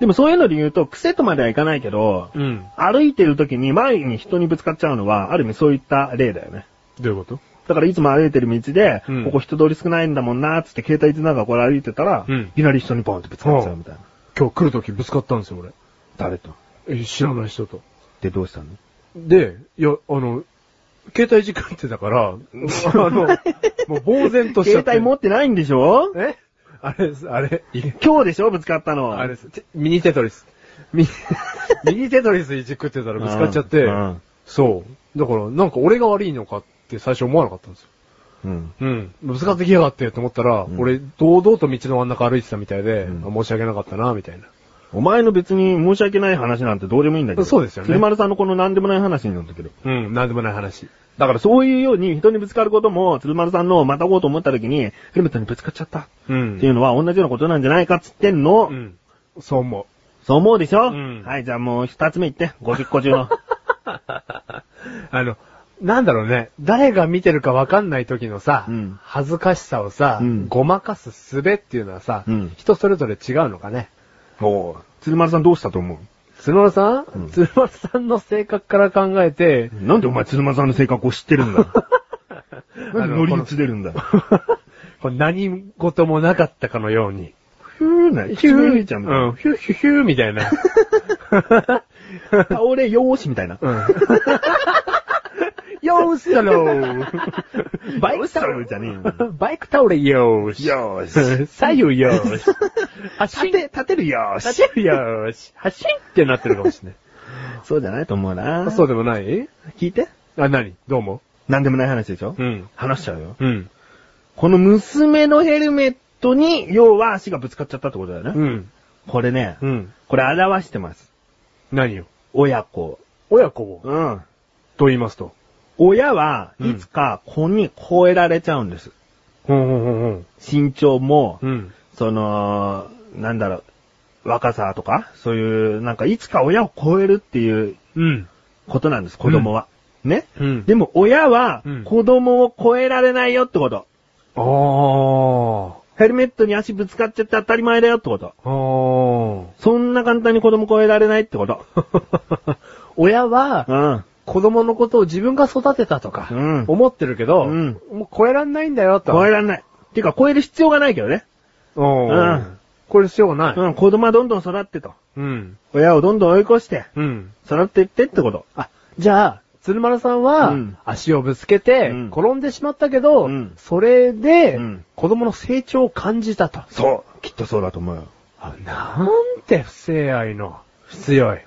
Speaker 1: でもそういうので言うと、癖とまではいかないけど、
Speaker 3: うん。
Speaker 1: 歩いてる時に前に人にぶつかっちゃうのは、ある意味そういった例だよね。
Speaker 3: どういうこと
Speaker 1: だからいつも歩いてる道で、
Speaker 3: うん
Speaker 1: ここ人通り少ないんだもんなーっつって携帯つながらこれ歩いてたら、
Speaker 3: うん
Speaker 1: いきなり人にポンってぶつかっちゃうみたいな。
Speaker 3: 今日来るときぶつかったんですよ、俺。
Speaker 1: 誰と
Speaker 3: え知らない人と。
Speaker 1: で、どうしたの
Speaker 3: で、いや、あの、携帯時間ってだ から、あの、もう呆然としちゃ
Speaker 1: 携
Speaker 3: って。
Speaker 1: 帯持ってないんでしょ
Speaker 3: えあれです、あれ、
Speaker 1: 今日でしょぶつかったの。
Speaker 3: あれです、てミニテトリス。ミニ、 ミニテトリスいじくってたらぶつかっちゃって
Speaker 1: うんうん、
Speaker 3: そう。だから、なんか俺が悪いのかって最初思わなかったんですよ。
Speaker 1: うん。
Speaker 3: うん。ぶつかってきやがってと思ったら、
Speaker 1: うん
Speaker 3: 俺、堂々と道の真ん中歩いてたみたいで、
Speaker 1: うん
Speaker 3: あ申し訳なかったな、みたいな。
Speaker 1: お前の別に申し訳ない話なんてどうでもいいんだけど。
Speaker 3: そうですよね
Speaker 1: 鶴丸さんのこの何でもない話になったけど。
Speaker 3: うん、なんでもない話。
Speaker 1: だからそういうように人にぶつかることも、鶴丸さんのまたごうと思った時に、ヘルメットにぶつかっちゃったっ
Speaker 3: うん。
Speaker 1: ていうのは同じようなことなんじゃないかっつってんの。
Speaker 3: うん。そう思う。
Speaker 1: そう思うでしょ、
Speaker 3: うん
Speaker 1: はい、じゃあもう二つ目言って、50個中の。
Speaker 3: あの、なんだろうね、誰が見てるかわかんない時のさ、
Speaker 1: うん
Speaker 3: 恥ずかしさをさ、
Speaker 1: うん
Speaker 3: ごまかす術っていうのはさ、
Speaker 1: うん
Speaker 3: 人それぞれ違うのかね。
Speaker 1: お鶴丸さんどうしたと思う
Speaker 3: 鶴丸さん、
Speaker 1: うん
Speaker 3: 鶴丸さんの性格から考えて、
Speaker 1: なんでお前鶴丸さんの性格を知ってるんだ な
Speaker 3: あ
Speaker 1: んで
Speaker 3: の
Speaker 1: 乗り移れるんだ
Speaker 3: これ何事もなかったかのように。
Speaker 1: ふぅな、ひゅーちゃんみたいな
Speaker 3: うん、ヒューヒューヒューみたいな。
Speaker 1: 倒れよーしみたいな。
Speaker 3: うん。よーしだろー バイク倒
Speaker 1: よ
Speaker 3: れ
Speaker 1: ーしだろーじゃねえ
Speaker 3: バイク倒れよーし。
Speaker 1: よーし。
Speaker 3: 左右よー し。
Speaker 1: 立て、立てるよーし。
Speaker 3: 走るよーし。走ってなってるかもしれ
Speaker 1: そうじゃないと思うな
Speaker 3: ない。そうでもない
Speaker 1: 聞いて。
Speaker 3: あ、なにどうも
Speaker 1: なんでもない話でしょ、
Speaker 3: ん。
Speaker 1: 話しちゃうよ。
Speaker 3: うん。
Speaker 1: この娘のヘルメットに、要は足がぶつかっちゃったってことだよね。
Speaker 3: うん。
Speaker 1: これね、
Speaker 3: うん。
Speaker 1: これ表してます。
Speaker 3: 何よ
Speaker 1: 親子。
Speaker 3: 親子を
Speaker 1: うん。
Speaker 3: と言いますと。
Speaker 1: 親は
Speaker 3: うん
Speaker 1: いつか子に超えられちゃうんです。
Speaker 3: ほんほんほんほん。
Speaker 1: 身長も、
Speaker 3: うん。
Speaker 1: その、なんだろう、若さとか、そういう、なんかいつか親を超えるっていう
Speaker 3: うん。
Speaker 1: ことなんです、子供は。ね、
Speaker 3: うん
Speaker 1: でも親は
Speaker 3: うん
Speaker 1: 子供を超えられないよってこと。
Speaker 3: あー。
Speaker 1: ヘルメットに足ぶつかっちゃって当たり前だよってこと。
Speaker 3: あー。
Speaker 1: そんな簡単に子供超えられないってこと。
Speaker 3: 親
Speaker 1: う
Speaker 3: は、
Speaker 1: ん。
Speaker 3: 子供のことを自分が育てたとか
Speaker 1: うん、
Speaker 3: 思ってるけど、
Speaker 1: うん
Speaker 3: もう超えらんないんだよと。
Speaker 1: 超え
Speaker 3: ら
Speaker 1: らんない。っていうか、超える必要がないけどね。
Speaker 3: う
Speaker 1: うん
Speaker 3: ん。これしようがない。
Speaker 1: うん、子供はどんどん育ってと。
Speaker 3: うん。
Speaker 1: 親をどんどん追い越して、
Speaker 3: うん。
Speaker 1: 育っていってってこと。
Speaker 3: あ、じゃあ、鶴丸さんは
Speaker 1: うん、
Speaker 3: 足をぶつけて
Speaker 1: うん、
Speaker 3: 転んでしまったけど、
Speaker 1: うん
Speaker 3: それで
Speaker 1: うん、
Speaker 3: 子供の成長を感じたと。
Speaker 1: そう。きっとそうだと思うよ。
Speaker 3: あなんて不正愛の、 強い。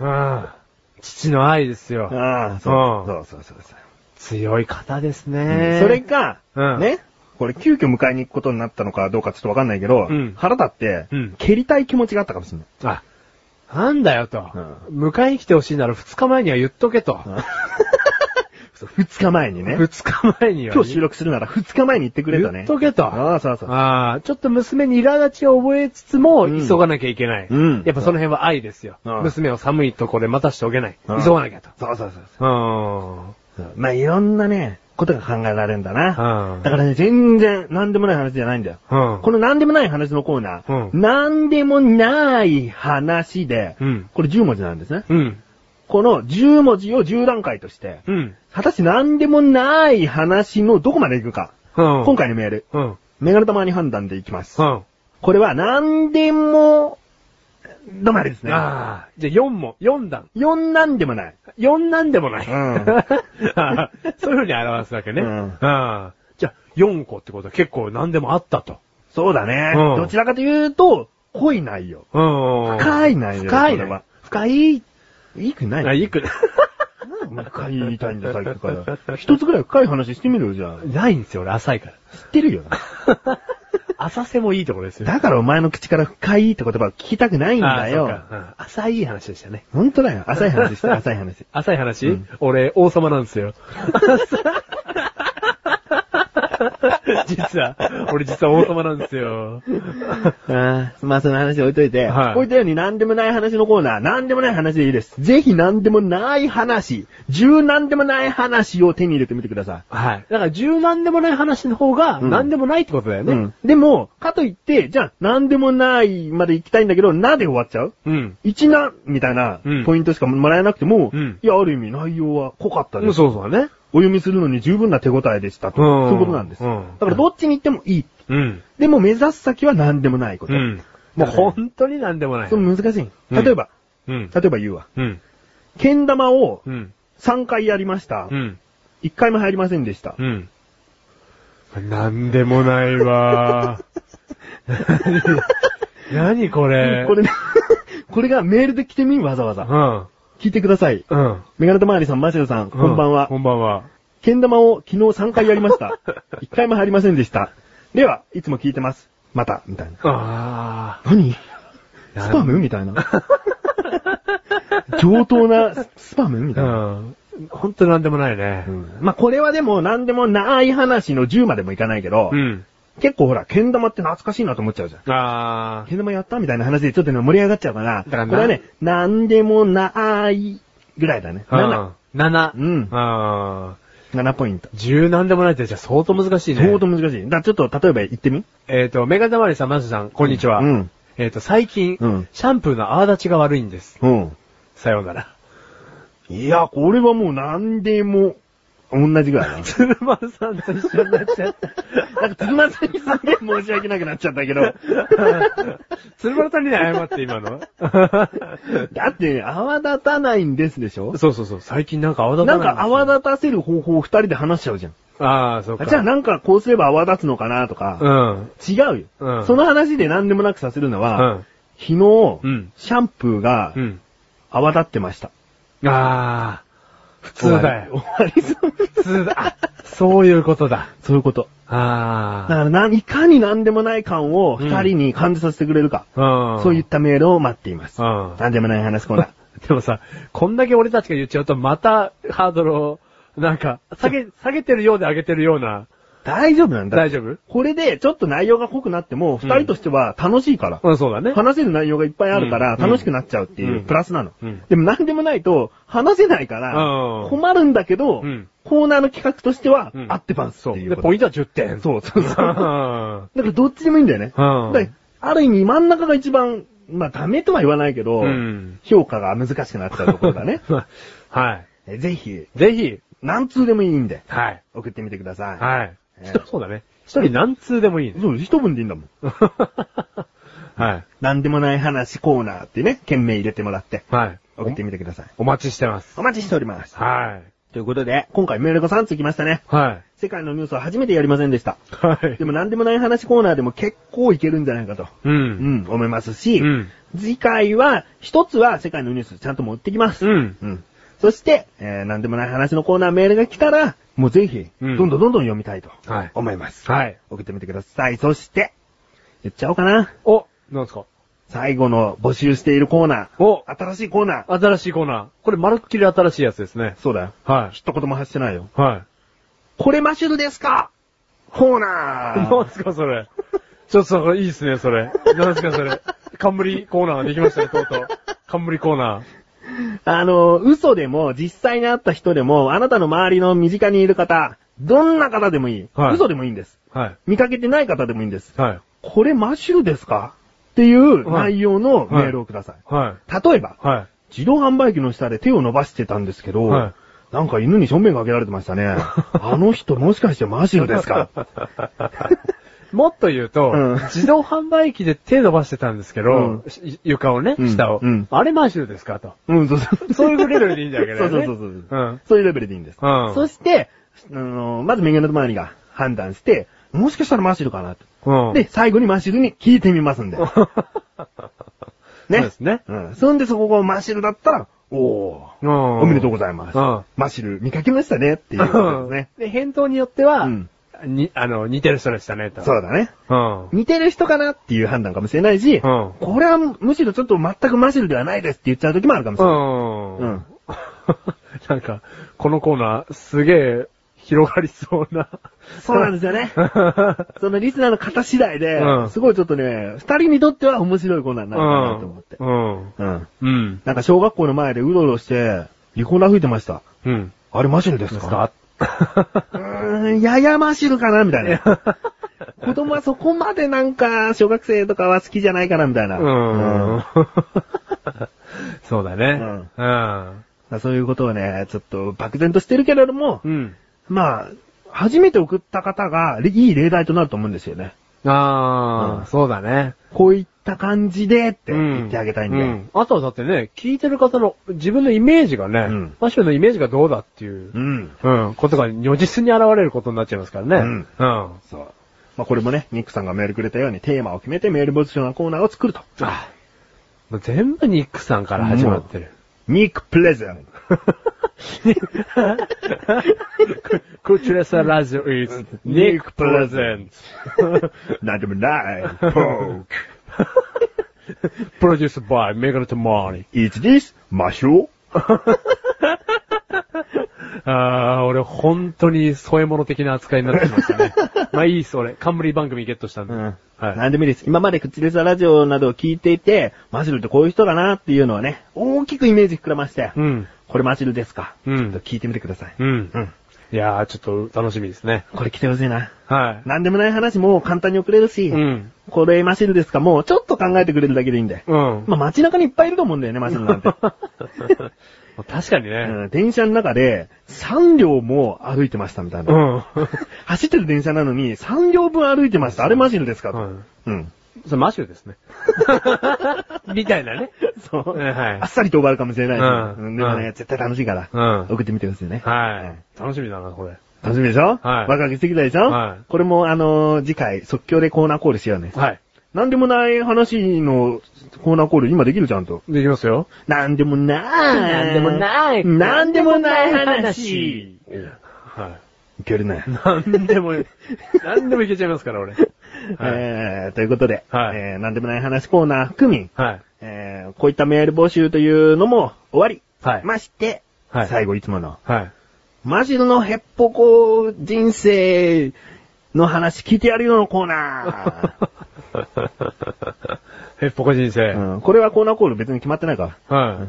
Speaker 3: うん父の愛ですよ。
Speaker 1: ああ、
Speaker 3: うん
Speaker 1: そうそうそうそう。
Speaker 3: 強い方です
Speaker 1: うん
Speaker 3: ね。
Speaker 1: それ、か、
Speaker 3: うん
Speaker 1: ね、これ急遽迎えに行くことになったのかどうかちょっとわかんないけど、
Speaker 3: うん
Speaker 1: 腹立って、
Speaker 3: うん
Speaker 1: 蹴りたい気持ちがあったかもしれない。
Speaker 3: あ、なんだよと。
Speaker 1: う
Speaker 3: 迎えに来てほしいなら2日前には言っとけと。
Speaker 1: そう 二日前にね。
Speaker 3: 2日前には。
Speaker 1: 今日収録するなら二日前に言ってくれと
Speaker 3: 言
Speaker 1: ね
Speaker 3: っ。とけと。
Speaker 1: ああ、そうそう。
Speaker 3: ああ、ちょっと娘に苛立ちを覚えつつも、
Speaker 1: うん
Speaker 3: 急がなきゃいけない。
Speaker 1: うん
Speaker 3: やっぱその辺は愛ですよ。
Speaker 1: うん
Speaker 3: 娘を寒いとこで待たしておけない。
Speaker 1: うん
Speaker 3: 急がなきゃと。
Speaker 1: そうそうそう
Speaker 3: うーん。
Speaker 1: そう。まあ、いろんなね、ことが考えられるんだな。
Speaker 3: うん
Speaker 1: だからね、全然、なんでもない話じゃないんだよ。
Speaker 3: うん。
Speaker 1: このなんでもない話のコーナー、
Speaker 3: う
Speaker 1: なんでもない話で、
Speaker 3: うん
Speaker 1: これ10文字なんですね。
Speaker 3: うん。
Speaker 1: この10文字を10段階として、
Speaker 3: うん。
Speaker 1: 果たしてなんでもない話のどこまで行くか。
Speaker 3: うん。
Speaker 1: 今。回のメール、
Speaker 3: うん。
Speaker 1: メガネ玉に判断でいきます。
Speaker 3: うん。
Speaker 1: これはなんでも、どまでですね。
Speaker 3: ああ。じゃあ4も、4段。
Speaker 1: 4なんでもない。
Speaker 3: 4なんでもない。
Speaker 1: うん
Speaker 3: あーそういうふうに表すわけね。
Speaker 1: うん
Speaker 3: あーじゃあ、4個ってことは結構何でもあったと。
Speaker 1: そうだね。
Speaker 3: うん
Speaker 1: どちらかというと、濃い内容。
Speaker 3: うん
Speaker 1: 深い内容。
Speaker 3: 深い
Speaker 1: こ
Speaker 3: ね
Speaker 1: れは。深い。いくない
Speaker 3: あ、いく、
Speaker 1: なんで深い言いたいんだ、さっきから。一つぐらい深い話してみるよ、じゃあ。
Speaker 3: ないんですよ、俺、浅いから。
Speaker 1: 知ってるよな。
Speaker 3: 浅瀬もいいところですよ。
Speaker 1: だからお前の口から深いって言葉を聞きたくないんだ
Speaker 3: あーそう
Speaker 1: よ。
Speaker 3: かうん浅い話でしたね。
Speaker 1: ほんとだよ。浅い話し て、浅い話。
Speaker 3: 浅い話、俺、王様なんですよ。実は、俺実は王様なんですよ。
Speaker 1: ああ、まあその話置いといて、
Speaker 3: はい
Speaker 1: 置いたように何でもない話のコーナー、何でもない話でいいです。ぜひ何でもない話、十何でもない話を手に入れてみてくださ
Speaker 3: はい。だから、柔軟でもない話の方が、
Speaker 1: うん
Speaker 3: 何でもないってことだよ
Speaker 1: い。
Speaker 3: ね。
Speaker 1: うん。でも、かといって、じゃあ何でもないまで行きたいんだけど、なで終わっちゃう
Speaker 3: うん。
Speaker 1: 一な、みたいな
Speaker 3: うん
Speaker 1: ポイントしかもらえなくても、
Speaker 3: うん
Speaker 1: いや、ある意味内容は濃かった
Speaker 3: う
Speaker 1: で
Speaker 3: ん、
Speaker 1: す。
Speaker 3: そうそうだね。
Speaker 1: お読みするのに十分な手応えでしたと。
Speaker 3: うん
Speaker 1: そういうことなんです。
Speaker 3: うん
Speaker 1: だからどっちに行ってもいい。
Speaker 3: うん。
Speaker 1: でも目指す先は何でもないこと。
Speaker 3: うん。もう本当に何でもない。
Speaker 1: そう難しい。
Speaker 3: うん
Speaker 1: 例えば、
Speaker 3: うん。
Speaker 1: 例えば言うわ。
Speaker 3: うん。
Speaker 1: けん玉を
Speaker 3: うん。
Speaker 1: 3回やりました。
Speaker 3: うん。
Speaker 1: 1回も入りませんでした。
Speaker 3: うん。なんでもないわ ー。何これ。
Speaker 1: これね、 これがメールで来てみんわざわ
Speaker 3: う
Speaker 1: ざ。
Speaker 3: ん。
Speaker 1: 聞いてください。
Speaker 3: うん。
Speaker 1: メガネタマーリさん、マシロさん、こんばんは
Speaker 3: こ。んばんは。
Speaker 1: けん玉を昨日3回やり ました。1回も入りませんでした。では、いつも聞いてます。また、みたいな。
Speaker 3: あ
Speaker 1: 何
Speaker 3: な
Speaker 1: スパムみた いな。上等なススパムみたいな。
Speaker 3: あ。うん。ほんとなんでもないね
Speaker 1: う。んまあ、これはでも何でもない話の10までもいかないけど、
Speaker 3: ん。
Speaker 1: 結構ほら、けん玉って懐かしいなと思っちゃうじゃん。
Speaker 3: あ
Speaker 1: けん玉やったみたいな話でちょっとね、盛り上がっちゃうから、
Speaker 3: だからな
Speaker 1: これはね、なんでもないぐらいだね。7
Speaker 3: あ。。7。
Speaker 1: うん
Speaker 3: ああ。
Speaker 1: 7ポイント。
Speaker 3: 10なんでもないってじゃあ相当難しいね。
Speaker 1: 相当難しい。だからちょっと、例えば言ってみ
Speaker 3: えっ、と、メガネたまりさん、マジさん、こんにちは。
Speaker 1: うん
Speaker 3: えっ、と、最近、
Speaker 1: うん
Speaker 3: シャンプーの泡立ちが悪いんです。
Speaker 1: うん。
Speaker 3: さようなら。
Speaker 1: いや、これはもう何でも、同じぐら いだな。
Speaker 3: 鶴丸さんと一緒になっちゃった。
Speaker 1: なんか、つまさにすげえ申し訳なくなっちゃったけど。
Speaker 3: 鶴丸さんにね、謝って、今の。
Speaker 1: だって、泡立たないんですでし ょ
Speaker 3: そうそうそう、最近なんか泡立た
Speaker 1: な
Speaker 3: ない
Speaker 1: んか泡立たせる方法を二人で話しちゃうじゃん。
Speaker 3: ああ、そうか。
Speaker 1: じゃあなんかこうすれば泡立つのかなとか、
Speaker 3: うん。
Speaker 1: 違うよ、
Speaker 3: うん
Speaker 1: その話で何でもなくさせるの
Speaker 3: う
Speaker 1: は、
Speaker 3: ん。
Speaker 1: 昨日、
Speaker 3: うん
Speaker 1: シャンプーが
Speaker 3: うん。
Speaker 1: 泡立ってました。
Speaker 3: ああ、普通だよ。
Speaker 1: 終わり終わりそう。
Speaker 3: 普通だ。あそういうことだ。
Speaker 1: そういうこと。だか
Speaker 3: あ
Speaker 1: らな、いかに何でもない感を二人に感じさせてくれるか、
Speaker 3: あ。うん。
Speaker 1: そういったメールを待っています。
Speaker 3: うん
Speaker 1: 何でもない話コーナー。
Speaker 3: でもさ、こんだけ俺たちが言っちゃうと、またハードルを、なんか、下げ、下げてるようで上げてるような。
Speaker 1: 大丈夫なんだ。
Speaker 3: 大丈夫
Speaker 1: これでちょっと内容が濃くなっても、二人としては楽しいから。
Speaker 3: うん、そうだね。
Speaker 1: 話せる内容がいっぱいあるから、
Speaker 3: うん
Speaker 1: 楽しくなっちゃうっていうう、
Speaker 3: ん
Speaker 1: プラスなの
Speaker 3: うん。
Speaker 1: でも何でもないと、話せないから
Speaker 3: う、ん
Speaker 1: 困るんだけど
Speaker 3: うん、
Speaker 1: コーナーの企画としては
Speaker 3: う、ん
Speaker 1: 合ってます
Speaker 3: そ
Speaker 1: っ
Speaker 3: う。
Speaker 1: ていう
Speaker 3: で、
Speaker 1: こと。
Speaker 3: ポイントは10点。
Speaker 1: そうそう そう。だか
Speaker 3: う
Speaker 1: らどっちでもいいんだよね。だ
Speaker 3: うん
Speaker 1: からある意味真ん中が一番、まあダメとは言わないけど
Speaker 3: うん、
Speaker 1: 評価が難しくなっちゃうところだね。
Speaker 3: ん。 は
Speaker 1: えぜひ、
Speaker 3: い。ぜひ、
Speaker 1: 何通でもいいんで、
Speaker 3: はい。
Speaker 1: 送ってみてください。
Speaker 3: はい
Speaker 1: え。
Speaker 3: そうだね。一人何通でもいいね。
Speaker 1: そう、一文でいいんだもん。
Speaker 3: はい。
Speaker 1: 何でもない話コーナーってね、件名入れてもらって、
Speaker 3: はい。
Speaker 1: 送ってみてください。
Speaker 3: お待ちしてます。
Speaker 1: お待ちしております。
Speaker 3: は
Speaker 1: ということで、今回メールが3つ来ましたね。
Speaker 3: い。はい。
Speaker 1: 世界のニュースは初めてやりませんでした。
Speaker 3: はい
Speaker 1: で。も何でもない話コーナーでも結構いけるんじゃないかと、
Speaker 3: う。
Speaker 1: うんん、思いますし、
Speaker 3: うん
Speaker 1: 次回は、一つは世界のニュースちゃんと持ってきます。
Speaker 3: うん
Speaker 1: そして、えー、何でもない話のコーナーメールが来たら、もうぜひ、
Speaker 3: うん
Speaker 1: どんどんどんどん読みたいと
Speaker 3: はい
Speaker 1: 思います。
Speaker 3: はい。
Speaker 1: 送ってみてください。そして、言っちゃおうかな。
Speaker 3: お、なんすか
Speaker 1: 最後の募集しているコーナー。
Speaker 3: お
Speaker 1: 新しいコーナー。
Speaker 3: 新しいコーナー。これ、まるっきり新しいやつですね。
Speaker 1: そうだよ。
Speaker 3: は
Speaker 1: 一言も発してないよ。
Speaker 3: い。 はい。
Speaker 1: これマシュルですかコーナ
Speaker 3: なん
Speaker 1: ー
Speaker 3: すかそれ。ちょっとそれいいっすね、それ。なんすかそれ。冠コーナーができましたね、とうとう。冠コーナ
Speaker 1: あの、嘘でも、実際に会った人でも、あなたの周りの身近にいる方、どんな方でもいい。
Speaker 3: はい
Speaker 1: 嘘でもいいんです。
Speaker 3: はい。
Speaker 1: 見かけてない方でもいいんです。
Speaker 3: はい。
Speaker 1: これマシュルですかっていう
Speaker 3: はい
Speaker 1: 内容のメールをください。
Speaker 3: は
Speaker 1: 例えば、
Speaker 3: い。はい。
Speaker 1: 自動販売機の下で手を伸ばしてたんですけど、
Speaker 3: はい
Speaker 1: なんか犬に正面かけられてましたね。 あの人もしかしてマシュルです か
Speaker 3: もっと言うと、
Speaker 1: うん
Speaker 3: 自動販売機で手伸ばしてたんですけど、
Speaker 1: うん
Speaker 3: し床をね、
Speaker 1: うん
Speaker 3: 下を、
Speaker 1: うん
Speaker 3: あれマーシュルですかと。
Speaker 1: うん、そうそう。
Speaker 3: そういうレベルでいいんだけどね。
Speaker 1: そうそうそうそう、
Speaker 3: うん
Speaker 1: そういうレベルでいいんです。
Speaker 3: うん
Speaker 1: そして、あのまず右の周りが判断して、もしかしたらマシュルかなと。
Speaker 3: うん。
Speaker 1: で、最後にマシュルに聞いてみ ますんで。ね。
Speaker 3: そうですね
Speaker 1: うん。そんでそこがマシュルだったら、おー、
Speaker 3: うん、
Speaker 1: おめでとうご
Speaker 3: い
Speaker 1: ざいます。
Speaker 3: うん
Speaker 1: マシュル見かけましたねっていうことですね。
Speaker 3: で、返答によっては、
Speaker 1: うん
Speaker 3: に、あの、似てる人でしたね、と。
Speaker 1: そうだね。
Speaker 3: うん。
Speaker 1: 似てる人かなっていう判断かもしれないし、
Speaker 3: ん
Speaker 1: これはむしろちょっと全くマシュルではないですって言っちゃう時もあるかもし
Speaker 3: う
Speaker 1: れない。
Speaker 3: ん。
Speaker 1: うん
Speaker 3: なんか、このコーナー、すげえ、広がりそうな。
Speaker 1: そうなんです よね。そのリスナーの方次第で、
Speaker 3: うん
Speaker 1: すごいちょっとね、二人にとっては面白いコーナーになるかなと思って。
Speaker 3: うん。
Speaker 1: うん。
Speaker 3: うん。
Speaker 1: なんか小学校の前でうろうろして、リコーダー吹いてました。
Speaker 3: うん。
Speaker 1: あれマシュルです
Speaker 3: です
Speaker 1: か
Speaker 3: か
Speaker 1: うーん、ややマシュルかな みたいな。子供はそこまでなんか、小学生とかは好きじゃないかなみたいな。
Speaker 3: うん
Speaker 1: だか。
Speaker 3: そうだね。うん。
Speaker 1: らそういうことをね、ちょっと漠然としてるけれども、
Speaker 3: うん。
Speaker 1: まあ、初めて送った方が、れいい例題となると思うんですよね。
Speaker 3: あ
Speaker 1: うん
Speaker 3: あ、そうだね。
Speaker 1: こういった感じでって
Speaker 3: うん
Speaker 1: 言ってあげたいんで。
Speaker 3: うんあとはだってね、聞いてる方の自分のイメージがね、
Speaker 1: うん
Speaker 3: マシュルのイメージがどうだっていう、
Speaker 1: うん
Speaker 3: うん、ことが如実に現れることになっちゃいますからね。
Speaker 1: う
Speaker 3: う
Speaker 1: ん
Speaker 3: ん。
Speaker 1: そう。まあこれもね、ニックさんがメールくれたようにテーマを決めてメール募集のコーナーを作ると。
Speaker 3: あもう全部ニックさんから始まって る。
Speaker 1: ニックプレゼ ン
Speaker 3: こちらさラジオ is ニックプレゼント。
Speaker 1: ト。なんでもない。ポーク。
Speaker 3: プロデュース by メガネとマーニ
Speaker 1: It's this, マシュ
Speaker 3: あー、俺本当に添え物的な扱いになってしまったね。 まあいいっす、俺。冠番組ゲットしたんで。はい。
Speaker 1: なんでもいいです。今まで口でさラジオなどを聞いていて、マシュルってこういう人だなっていうのはね、大きくイメージ膨らまして、
Speaker 3: うん。
Speaker 1: これマシュルですか、
Speaker 3: うん
Speaker 1: ちょっと聞いてみてください。
Speaker 3: うん。
Speaker 1: うん。
Speaker 3: いやー、ちょっと楽しみですね。
Speaker 1: これ来てほしいな。
Speaker 3: は
Speaker 1: なんでもない話も簡単に送れるし、
Speaker 3: い。うん。
Speaker 1: これマシルですかもうちょっと考えてくれるだけでいいんだよ。
Speaker 3: うん。
Speaker 1: まあ街中にいっぱいいると思うんだよね、マシルなんて。
Speaker 3: 確かに
Speaker 1: う
Speaker 3: ね。
Speaker 1: ん電車の中で3両も歩いてましたみたいうな。
Speaker 3: ん。
Speaker 1: 走ってる電車なのに3両分歩いてました。あれマシルですか、
Speaker 3: うん。
Speaker 1: うん。
Speaker 3: それマシュルですね。 みたいなね。
Speaker 1: そう。
Speaker 3: うんは
Speaker 1: あっさりと終わるかもしれないし、
Speaker 3: うん
Speaker 1: うんでもね、
Speaker 3: うん
Speaker 1: 絶対楽しいから、
Speaker 3: うん
Speaker 1: 送ってみてほしいね。
Speaker 3: はい。楽しみだな、これ。
Speaker 1: 楽しみでしょ
Speaker 3: はい
Speaker 1: ワクワクしてきたでしょ
Speaker 3: はい
Speaker 1: これもあのー次回即興でコーナーコールしようね。
Speaker 3: はい。
Speaker 1: なんでもない話のコーナーコール今できるじゃんと。
Speaker 3: できますよ。
Speaker 1: なんでもない。
Speaker 4: なんでもない
Speaker 1: なんでもない
Speaker 4: なんでもない
Speaker 1: 話
Speaker 4: 話。
Speaker 3: はい
Speaker 1: けるね
Speaker 3: い。。なんでも、なんでもいけちゃいますから、俺。はい。
Speaker 1: えーということで、
Speaker 3: はい
Speaker 1: えーなんでもない話コーナー含み、
Speaker 3: はい。
Speaker 1: えーこういったメール募集というのも終わり。
Speaker 3: はい。
Speaker 1: まして、
Speaker 3: はい
Speaker 1: 最後いつもの、
Speaker 3: はい。
Speaker 1: マジルのヘッポコ人生の話聞いてやるよのコーナ
Speaker 3: ヘッポコ人生。
Speaker 1: ー、うんこれはコーナーコール別に決まってないから。
Speaker 3: は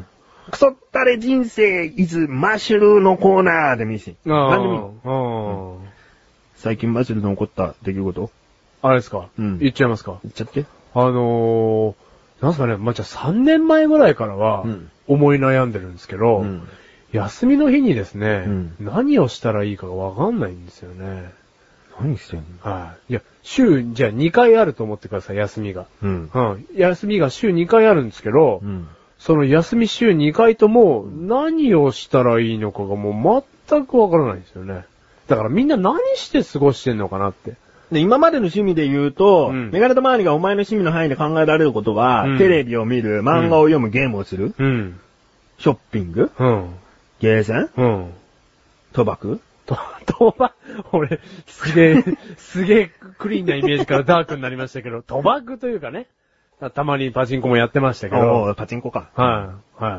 Speaker 1: クソったれ人生 is マシュルのコーナーでもいいし。
Speaker 3: い。
Speaker 1: 何でも
Speaker 3: あ
Speaker 1: いい
Speaker 3: ーうん
Speaker 1: 最近マシュルの起こった出来事
Speaker 3: あれですか
Speaker 1: うん
Speaker 3: 言っちゃいますか
Speaker 1: 言っちゃって。
Speaker 3: あのー、なんすかね、まあ、じゃあ3年前ぐらいからは
Speaker 1: うん、
Speaker 3: 思い悩んでるんですけど、
Speaker 1: うん
Speaker 3: 休みの日にですね、
Speaker 1: うん
Speaker 3: 何をしたらいいかがわかんないんですよね。
Speaker 1: 何してんの
Speaker 3: はい。いや、週、じゃあ2回あると思ってください、休みが。
Speaker 1: うん。
Speaker 3: うん。休みが週2回あるんですけど、
Speaker 1: うん。
Speaker 3: その休み週2回とも何をしたらいいのかがもう全くわからないんですよね。だからみんな何して過ごしてんのかなって。
Speaker 1: で、今までの趣味で言うと、
Speaker 3: うん
Speaker 1: メガネと周りがお前の趣味の範囲で考えられることは、
Speaker 3: うん
Speaker 1: テレビを見る、漫画を読む、ゲームをする、
Speaker 3: うん。
Speaker 1: ショッピング、
Speaker 3: うん。
Speaker 1: ゲーセン、
Speaker 3: うん。
Speaker 1: 賭博
Speaker 3: と、 賭博、俺、すげ え、すげえクリーンなイメージからダークになりましたけど、賭博というかね、たまにパチンコもやってましたけ
Speaker 1: お
Speaker 3: ど、
Speaker 1: ーパチンコか。
Speaker 3: はい、は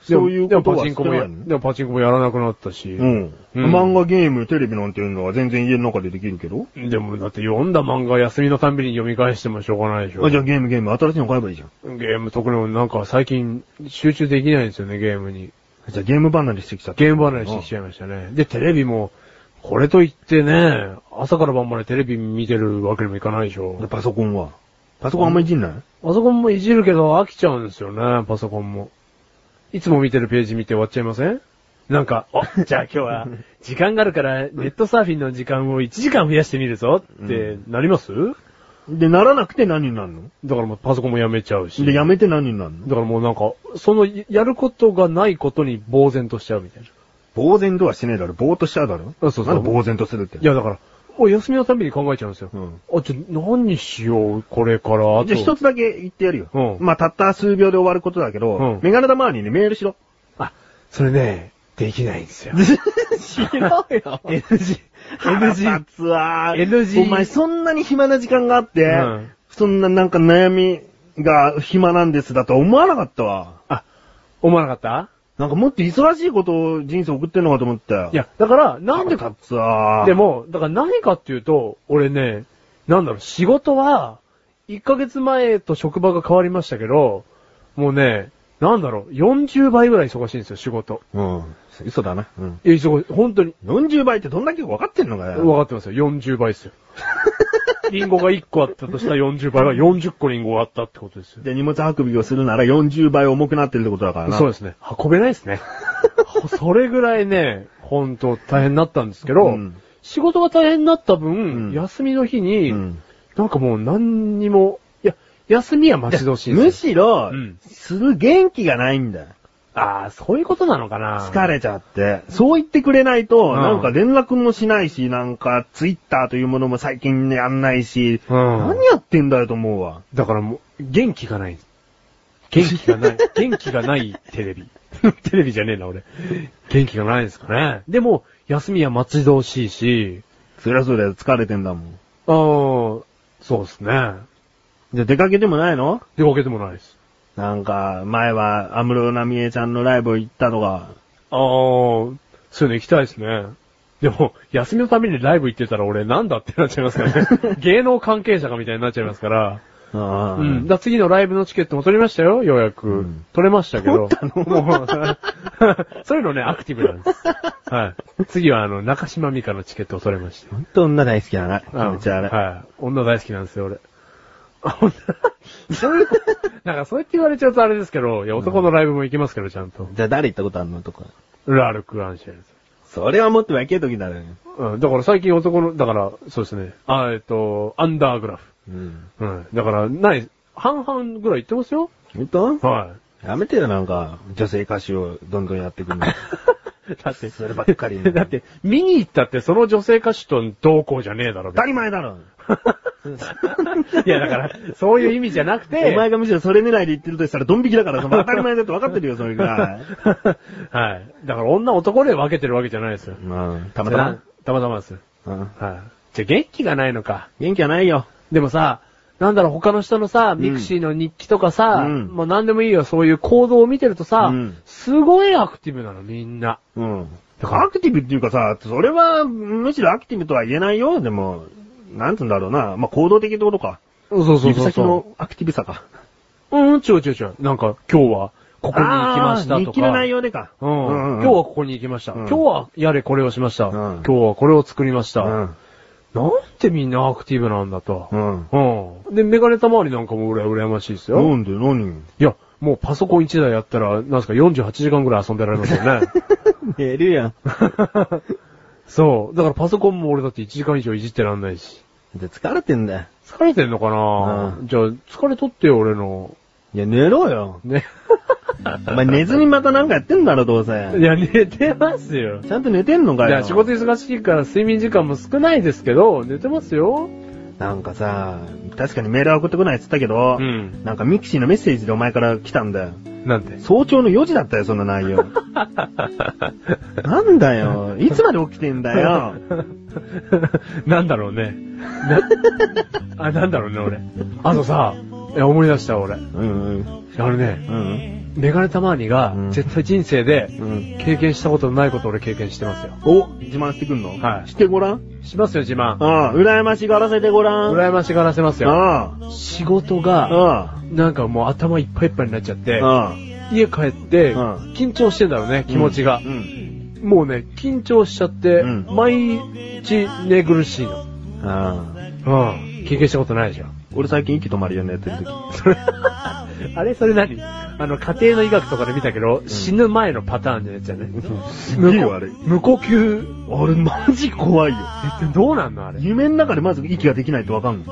Speaker 3: い。
Speaker 1: そういう
Speaker 3: でも
Speaker 1: こと
Speaker 3: でもパチ
Speaker 1: は
Speaker 3: ンコも
Speaker 1: して
Speaker 3: や、
Speaker 1: ないの
Speaker 3: でもパチンコもやらなくなったし、
Speaker 1: うん。
Speaker 3: うん
Speaker 1: 漫画、ゲーム、テレビなんていうのは全然家の中でできるけど。
Speaker 3: でもだって読んだ漫画休みのたんびに読み返してもしょうがないでしょ。
Speaker 1: あ、じゃあゲーム、ゲーム、新しいの買えばいいじゃん。
Speaker 3: ゲーム特になんか最近集中できないんですよね、ゲームに。
Speaker 1: じゃあゲーム離れしてきちゃった。
Speaker 3: ゲーム離れしてきちゃいましたね。で、テレビも、これといってね、朝から晩までテレビ見てるわけにもいかないでしょ。
Speaker 1: パソコンは。パソコンあんまいじんない
Speaker 3: パソコンもいじるけど飽きちゃうんですよね、パソコンも。いつも見てるページ見て終わっちゃいませんなんか、 お、じゃあ今日は、時間があるから、ネットサーフィンの時間を1時間増やしてみるぞってなります、
Speaker 1: で、ならなくて何になるの
Speaker 3: だからもうパソコンもやめちゃうし。
Speaker 1: で、やめて何になるの
Speaker 3: だからもうなんか、その、やることがないことに呆然としちゃうみたいな。
Speaker 1: 呆然とはしねえだろ。ぼーっとしちゃうだろ
Speaker 3: あそうそう
Speaker 1: なんで呆然とするって。
Speaker 3: いやだから、お休みのたびに考えちゃうんですよ。
Speaker 1: うん
Speaker 3: あ、じゃあ何しよう、これから。
Speaker 1: じゃあ一
Speaker 3: つ。
Speaker 1: つだけ言ってやるよ。
Speaker 3: うん
Speaker 1: まあ、たった数秒で終わることだけど、
Speaker 3: うん
Speaker 1: メガネ玉にね、メールしろ。
Speaker 3: あ、それね、できないんですよ。
Speaker 1: しろよ
Speaker 3: NG。
Speaker 1: 腹 立つわ。
Speaker 3: NG
Speaker 1: お前そんなに暇な時間があって、
Speaker 3: うん
Speaker 1: そんななんか悩みが暇なんですだと思わなかったわ。
Speaker 3: あ、思わなかっ
Speaker 1: なんかもっと忙しいことを人生送ってんのかと思ったよ
Speaker 3: た。いや、だから、なんで
Speaker 1: 腹
Speaker 3: か、
Speaker 1: 立つわ。
Speaker 3: で、も、だから何かっていうと、俺ね、なんだろう、仕事は、1ヶ月前と職場が変わりましたけど、もうね、なんだろう、40倍ぐらい忙しいんですよ、仕事。
Speaker 1: うん。嘘だな。うん。
Speaker 3: いや、忙しい。本当に、
Speaker 1: 40倍ってどんだけ分かってんのか
Speaker 3: 分
Speaker 1: よ。
Speaker 3: かってますよ。40倍 ですよ。リンゴが1個あったとしたら40倍は40個リンゴがあったってことですよ。
Speaker 1: で、荷物運びをするなら40倍重くなってるってことだからな。
Speaker 3: そうですね。運べないです ね。それぐらいね、本当大変になったんですけど、
Speaker 1: うん
Speaker 3: 仕事が大変になった分、
Speaker 1: ん
Speaker 3: 休みの日に、
Speaker 1: うん
Speaker 3: なんかもう何にも、いや、休みは待ち遠しいん
Speaker 1: む
Speaker 3: ですよ。
Speaker 1: しろ、
Speaker 3: うん
Speaker 1: する元気がないんだよ。
Speaker 3: ああ、そういうことなのかな。
Speaker 1: 疲れちゃって。そう言ってくれないと、
Speaker 3: うん
Speaker 1: なんか連絡もしないし、なんかツイッターというものも最近やんないし、
Speaker 3: うん
Speaker 1: 何やってんだよと思うわ。
Speaker 3: だからもう、元気がない。元気が ない。元気がないテレビ。 テレビじゃねえな、俺。元気がないですかね。でも、休みは待ち遠しいし、
Speaker 1: そりゃそうだよ、疲れてんだもん。
Speaker 3: ああ、そうですね。
Speaker 1: じゃあ出かけてもないの
Speaker 3: 出かけてもないです。
Speaker 1: なんか、前は、安室奈美恵ちゃんのライブ行ったとか、
Speaker 3: ああ、そういうの行きたいですね。でも、休みのためにライブ行ってたら俺なんだってなっちゃいます からね。芸能関係者かみたいになっちゃいますから。
Speaker 1: あ
Speaker 3: うん。だから次のライブのチケットも取りましたよ、ようやく。
Speaker 1: うん
Speaker 3: 取れましたけど。もう そういうのね、アクティブなんです。はい。次はあの、中島美香のチケットを取れました。
Speaker 1: ほんと女大好きだな。
Speaker 3: あ
Speaker 1: めっちゃあれ。
Speaker 3: はい。女大好きなんですよ、俺。女そういうこと、なんかそうやって言われちゃうとあれですけど、いや、男のライブも行きますけど、ちゃんと。
Speaker 1: じゃあ誰行ったことあるのとか。
Speaker 3: ラルク・アンシェルズ。
Speaker 1: それはもっと若い時だね。
Speaker 3: うん、だから最近男の、だから、そうですね。あ、えっと、アンダーグラフ。
Speaker 1: うん。
Speaker 3: うん。だから、ない、半々ぐらい言ってますよ。
Speaker 1: ほんと
Speaker 3: は
Speaker 1: やめてよ、なんか、女性歌手をどんどんやっ てくるの。
Speaker 3: い。だって、
Speaker 1: そればっかりに
Speaker 3: だって、見に行ったってその女性歌手と同行じゃねえだろ。
Speaker 1: 当たり前だろ。
Speaker 3: いや、だから、そういう意味じゃなくて、
Speaker 1: お前がむしろそれ狙いで言ってるとしたらドン引きだ から、その当たり前だって分かってるよ、それぐら い。
Speaker 3: はい。だから女男で分けてるわけじゃないですよ。
Speaker 1: まあ、
Speaker 3: た
Speaker 1: たまたま。
Speaker 3: たまたまですよ。
Speaker 1: うん
Speaker 3: はい。じゃあ元気がないのか。
Speaker 1: 元気はないよ。
Speaker 3: でもさ、なんだろう、他の人のさ、ミクシーの日記とかさ、
Speaker 1: うん
Speaker 3: もう何でもいいよ、そういう行動を見てるとさ、
Speaker 1: うん
Speaker 3: すごいアクティブなの、みんな。
Speaker 1: うん。
Speaker 3: だから
Speaker 1: アクティブっていうかさ、それは、むしろアクティブとは言えないよ、でも。なんつうんだろうな。まあ、行動的ってことか。
Speaker 3: そうそう
Speaker 1: 指先のアクティブさか。
Speaker 3: うん、違う違う違う。なんか、今日は、ここに行きましたとか。
Speaker 1: あー日記の内容でか。
Speaker 3: うん今日はここに行きました。
Speaker 1: うん
Speaker 3: 今日は、やれこれをしました、
Speaker 1: ん
Speaker 3: 今日はこれを作りました、
Speaker 1: うん。
Speaker 3: なんてみんなアクティブなんだと
Speaker 1: う。ん。
Speaker 3: うん。で、メガネたまわりなんかも俺は羨ましいですよ。
Speaker 1: なんで何
Speaker 3: いや、もうパソコン1台やったら、なんすか、48時間ぐらい遊んでられますよ ね。
Speaker 1: 寝るやん。
Speaker 3: そう。だからパソコンも俺だって1時間以上いじってらんないし。
Speaker 1: で、疲れてんだよ。
Speaker 3: 疲れてんのかな、
Speaker 1: うん
Speaker 3: じゃあ、疲れとってよ、俺の。
Speaker 1: いや、寝ろ よ。
Speaker 3: ね。
Speaker 1: お前寝ずにまたなんかやってんだろ、ど う
Speaker 3: い
Speaker 1: せ。
Speaker 3: や、寝てますよ。
Speaker 1: ちゃんと寝てんの
Speaker 3: い
Speaker 1: かよ。
Speaker 3: や、仕事忙しいから睡眠時間も少ないですけど、寝てますよ。
Speaker 1: なんかさ、確かにメールは送ってこないって言ったけど、
Speaker 3: うん
Speaker 1: なんかミキシーのメッセージでお前から来たんだよ。
Speaker 3: なんて。
Speaker 1: 早朝の4時だったよ、その内容。なんだよ、いつまで起きてんだよ。
Speaker 3: なんだろうね。な、あ、なんだろうね、俺。あとさ、いや、思い出した、俺。
Speaker 1: うんうん。
Speaker 3: あのね、
Speaker 1: うん
Speaker 3: メガネたまわりが
Speaker 1: うん、
Speaker 3: 絶対人生で、
Speaker 1: うん。
Speaker 3: 経験したことのないことを俺経験してますよ。
Speaker 1: お、自慢してくんの
Speaker 3: はい
Speaker 1: してごらん
Speaker 3: しますよ、自慢。
Speaker 1: ああ、羨ましがらせてごらん。
Speaker 3: 羨ましがらせますよ。
Speaker 1: あ
Speaker 3: 仕事
Speaker 1: あ、
Speaker 3: が、
Speaker 1: あ
Speaker 3: なんかもう頭いっぱいいっぱいになっちゃって
Speaker 1: あ、、ああ、
Speaker 3: 家帰って、
Speaker 1: うん
Speaker 3: 緊張してんだろうね、気持ちが
Speaker 1: う。ん。
Speaker 3: もうね、緊張しちゃって、
Speaker 1: うん
Speaker 3: 毎日寝苦しいの。
Speaker 1: ああ。
Speaker 3: うん。経験したことないじゃん。
Speaker 1: 俺最近息止まるよね、やってる時。
Speaker 3: それ あれそれ何あの、家庭の医学とかで見たけど、死ぬ前のパターンのやつじゃない
Speaker 1: す
Speaker 3: 無
Speaker 1: げえ
Speaker 3: 呼
Speaker 1: 悪い。
Speaker 3: 無呼吸。
Speaker 1: あれマジ怖いよ。
Speaker 3: えどうなんのあれ。
Speaker 1: 夢の中でまず息ができないとわかんない。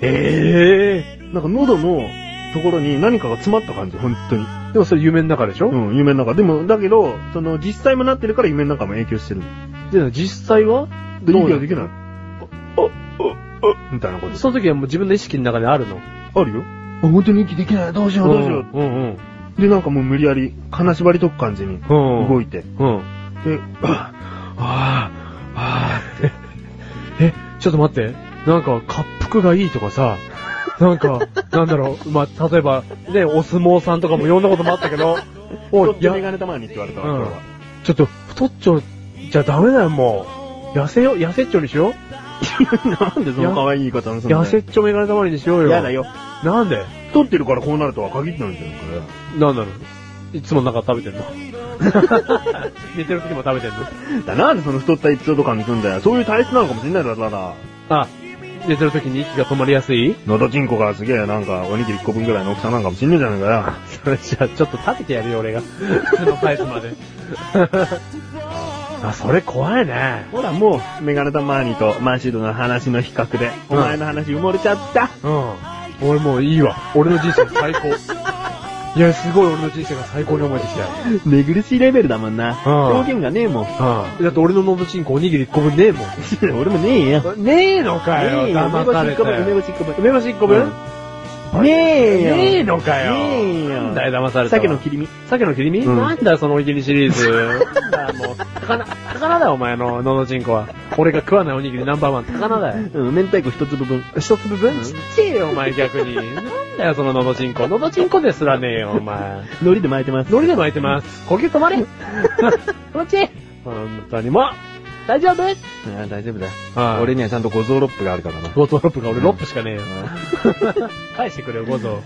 Speaker 3: ええ
Speaker 1: なんか喉のところに何かが詰まった感じ、本当に。
Speaker 3: でもそれ夢の中でしょ、
Speaker 1: うん、夢の中。でも、だけど、その、実際もなってるから夢の中も影響してる。
Speaker 3: で、実際は
Speaker 1: で、息
Speaker 3: どうな
Speaker 1: が
Speaker 3: の
Speaker 1: できない。みたいなこと。
Speaker 3: その時はもう自分の意識の中であるの。
Speaker 1: あるよ。あ本当に息できない。どうしよう、どうしよ
Speaker 3: うんうん
Speaker 1: う。で、なんかもう無理やり、金縛りとく感じに
Speaker 3: うん。
Speaker 1: 動
Speaker 3: い
Speaker 1: いて。
Speaker 3: うん。
Speaker 1: で、あ
Speaker 3: ああ、ああって。え、ちょっと待って。なんか、滑腹がいいとかさ、なんか、なんだろう、まあ、例えば、ね、お相撲さんとかもいろんなこともあったけ ど、お
Speaker 1: 太
Speaker 3: い
Speaker 1: っ、ちょ
Speaker 3: や
Speaker 1: メ、ガネ玉にって言われたわ、
Speaker 3: うん
Speaker 1: 今日は。
Speaker 3: ちょっと、太っちょ、じゃダメだよ、もう。痩せよ、痩せっちょにしよ
Speaker 1: なんでその可愛い言い方なの
Speaker 3: う。
Speaker 1: その
Speaker 3: 痩せっちょメガネたまりにしようよ。
Speaker 1: 嫌だ。よ。
Speaker 3: なんで
Speaker 1: 太ってるからこうなるとは限ってないんじゃないかね。
Speaker 3: なんだろう。いつもなんか食べてんの 寝てる時も食べてんの
Speaker 1: だなんでその太ったエピソード感にすんだよ。そういう体質なのかもしれないだろ、ただ。
Speaker 3: あ、寝てる時に息が止まりやすい
Speaker 1: 喉チンコがすげえなんか、おにぎり1個分ぐらいの大きさなんかもしんねえじゃねえかよ。
Speaker 3: それじゃあ、ちょっと立ててやるよ、俺が。普通のサイズまで。 あ、それ怖いね。
Speaker 1: ほらもう、メガネタマーニとマシュルの話の比較で、
Speaker 3: うん
Speaker 1: お前の話埋もれちゃった。
Speaker 3: うん。俺もういいわ。俺の人生最高。いや、すごい俺の人生が最高に思えてきたよ。
Speaker 1: 寝苦しいレベルだもんな。
Speaker 3: うん
Speaker 1: 表現がねえもん。
Speaker 3: うん。だって俺の喉チンコおにぎり1個分ねえも
Speaker 1: 俺もねえよ。
Speaker 3: ん。ねえのかよ、
Speaker 1: ねえよ。梅
Speaker 3: 騙
Speaker 1: 干
Speaker 3: さ
Speaker 1: し
Speaker 3: れ
Speaker 1: 1個
Speaker 3: た
Speaker 1: 分、梅
Speaker 3: よ。
Speaker 1: 干し1個分。
Speaker 3: 梅干し1個
Speaker 1: う
Speaker 3: 分
Speaker 1: んねえよ。
Speaker 3: ねえのかよ。
Speaker 1: ねえよ
Speaker 3: なんだよ、騙されたわ。
Speaker 1: 鮭の切り身。
Speaker 3: 鮭の切り身、
Speaker 1: うん
Speaker 3: なんだよそのおにぎりシリーズ。なんだよもう、魚、魚だよ、お前の、ののちんこは。俺が食わないおにぎりナンバーワン、魚だよ。
Speaker 1: うん、明太子一粒分。
Speaker 3: 一粒分
Speaker 1: ち
Speaker 3: ち
Speaker 1: っ
Speaker 3: っちゃいよ、お前逆に。 なんだよ、そのののちんこ。ののちんこですらねえよ、お前。
Speaker 1: 海苔で巻いてます。
Speaker 3: 海苔で巻いてます。呼吸止まれ。気持ちいい。本当にもう、大丈夫
Speaker 1: うんあ大丈夫だ。
Speaker 3: はい
Speaker 1: 俺にはちゃんと五臓六腑がある からな。
Speaker 3: ゴゾロップが俺
Speaker 1: うん
Speaker 3: ロップしかねえよ。返してくれよ、ゴゾ。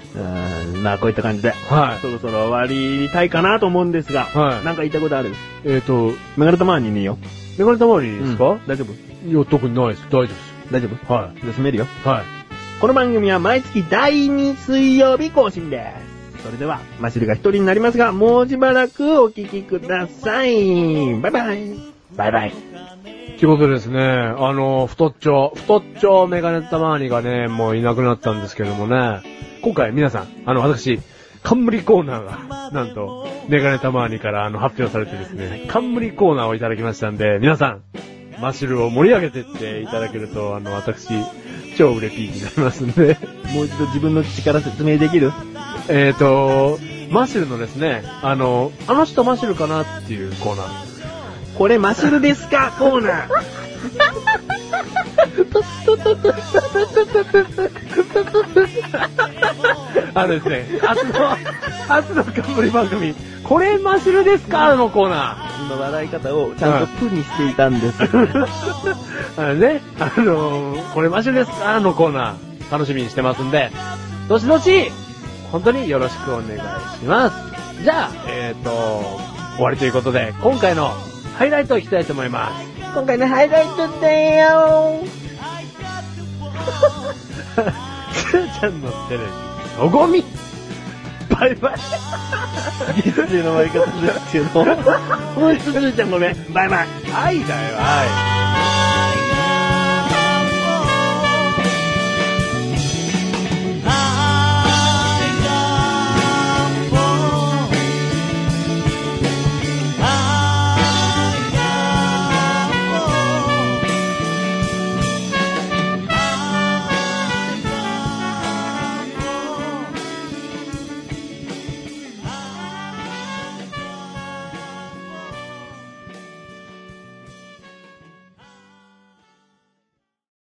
Speaker 1: うんまあ、こういった感じで。
Speaker 3: は
Speaker 1: そろそろ終わりたいかなと思うんですが、
Speaker 3: はい
Speaker 1: なんか言いたいことある
Speaker 3: い。えっと、
Speaker 1: メガネたまにねえよ。
Speaker 3: メガネたまりです
Speaker 1: う
Speaker 3: か
Speaker 1: ん大丈夫
Speaker 3: いや、特にないです。大丈夫で
Speaker 1: 大丈夫
Speaker 3: す。は
Speaker 1: じゃあ、進めるよ。
Speaker 3: い。はい。
Speaker 1: この番組は毎月第2水曜日更新です。それでは、マシルが一人になりますが、もうしばらくお聞きください。バイバイ。バイバイ。
Speaker 3: ということでですね、あの、太っちょ、太っちょメガネたまわりがね、もういなくなったんですけどもね、今回皆さん、あの、私、冠コーナーが、なんと、メガネたまわりからあの発表されてですね、冠コーナーをいただきましたんで、皆さん、マシュルを盛り上げてっていただけると、あの、私、超売れピーになりますんで、
Speaker 1: もう一度自分の口から説明できる
Speaker 3: えーと、マシュルのですね、あの、あの人マシュルかなっていうコーナー。
Speaker 1: これマシルですかコーナー。
Speaker 3: あのですね、明日の、明日の冠番組、これマシュルですかのコーナ
Speaker 1: の笑い方をちゃんとプにしていたんです。 は
Speaker 3: ー。あのね、あのーこれマシュルですかのコーナー、楽しみにしてますんで、どしどし、本当によろしくお願いします。じゃあ、えっ、と、終わりということで、今回のハイライトいきたいと思います。
Speaker 2: 今回のハイライトだよ
Speaker 3: つーちゃんのテレビ、のごみバイ バイ
Speaker 1: い、失礼な終わり方ですけど。ほんと、すずちゃんごめん。バイバイ。
Speaker 3: 愛だよ、愛。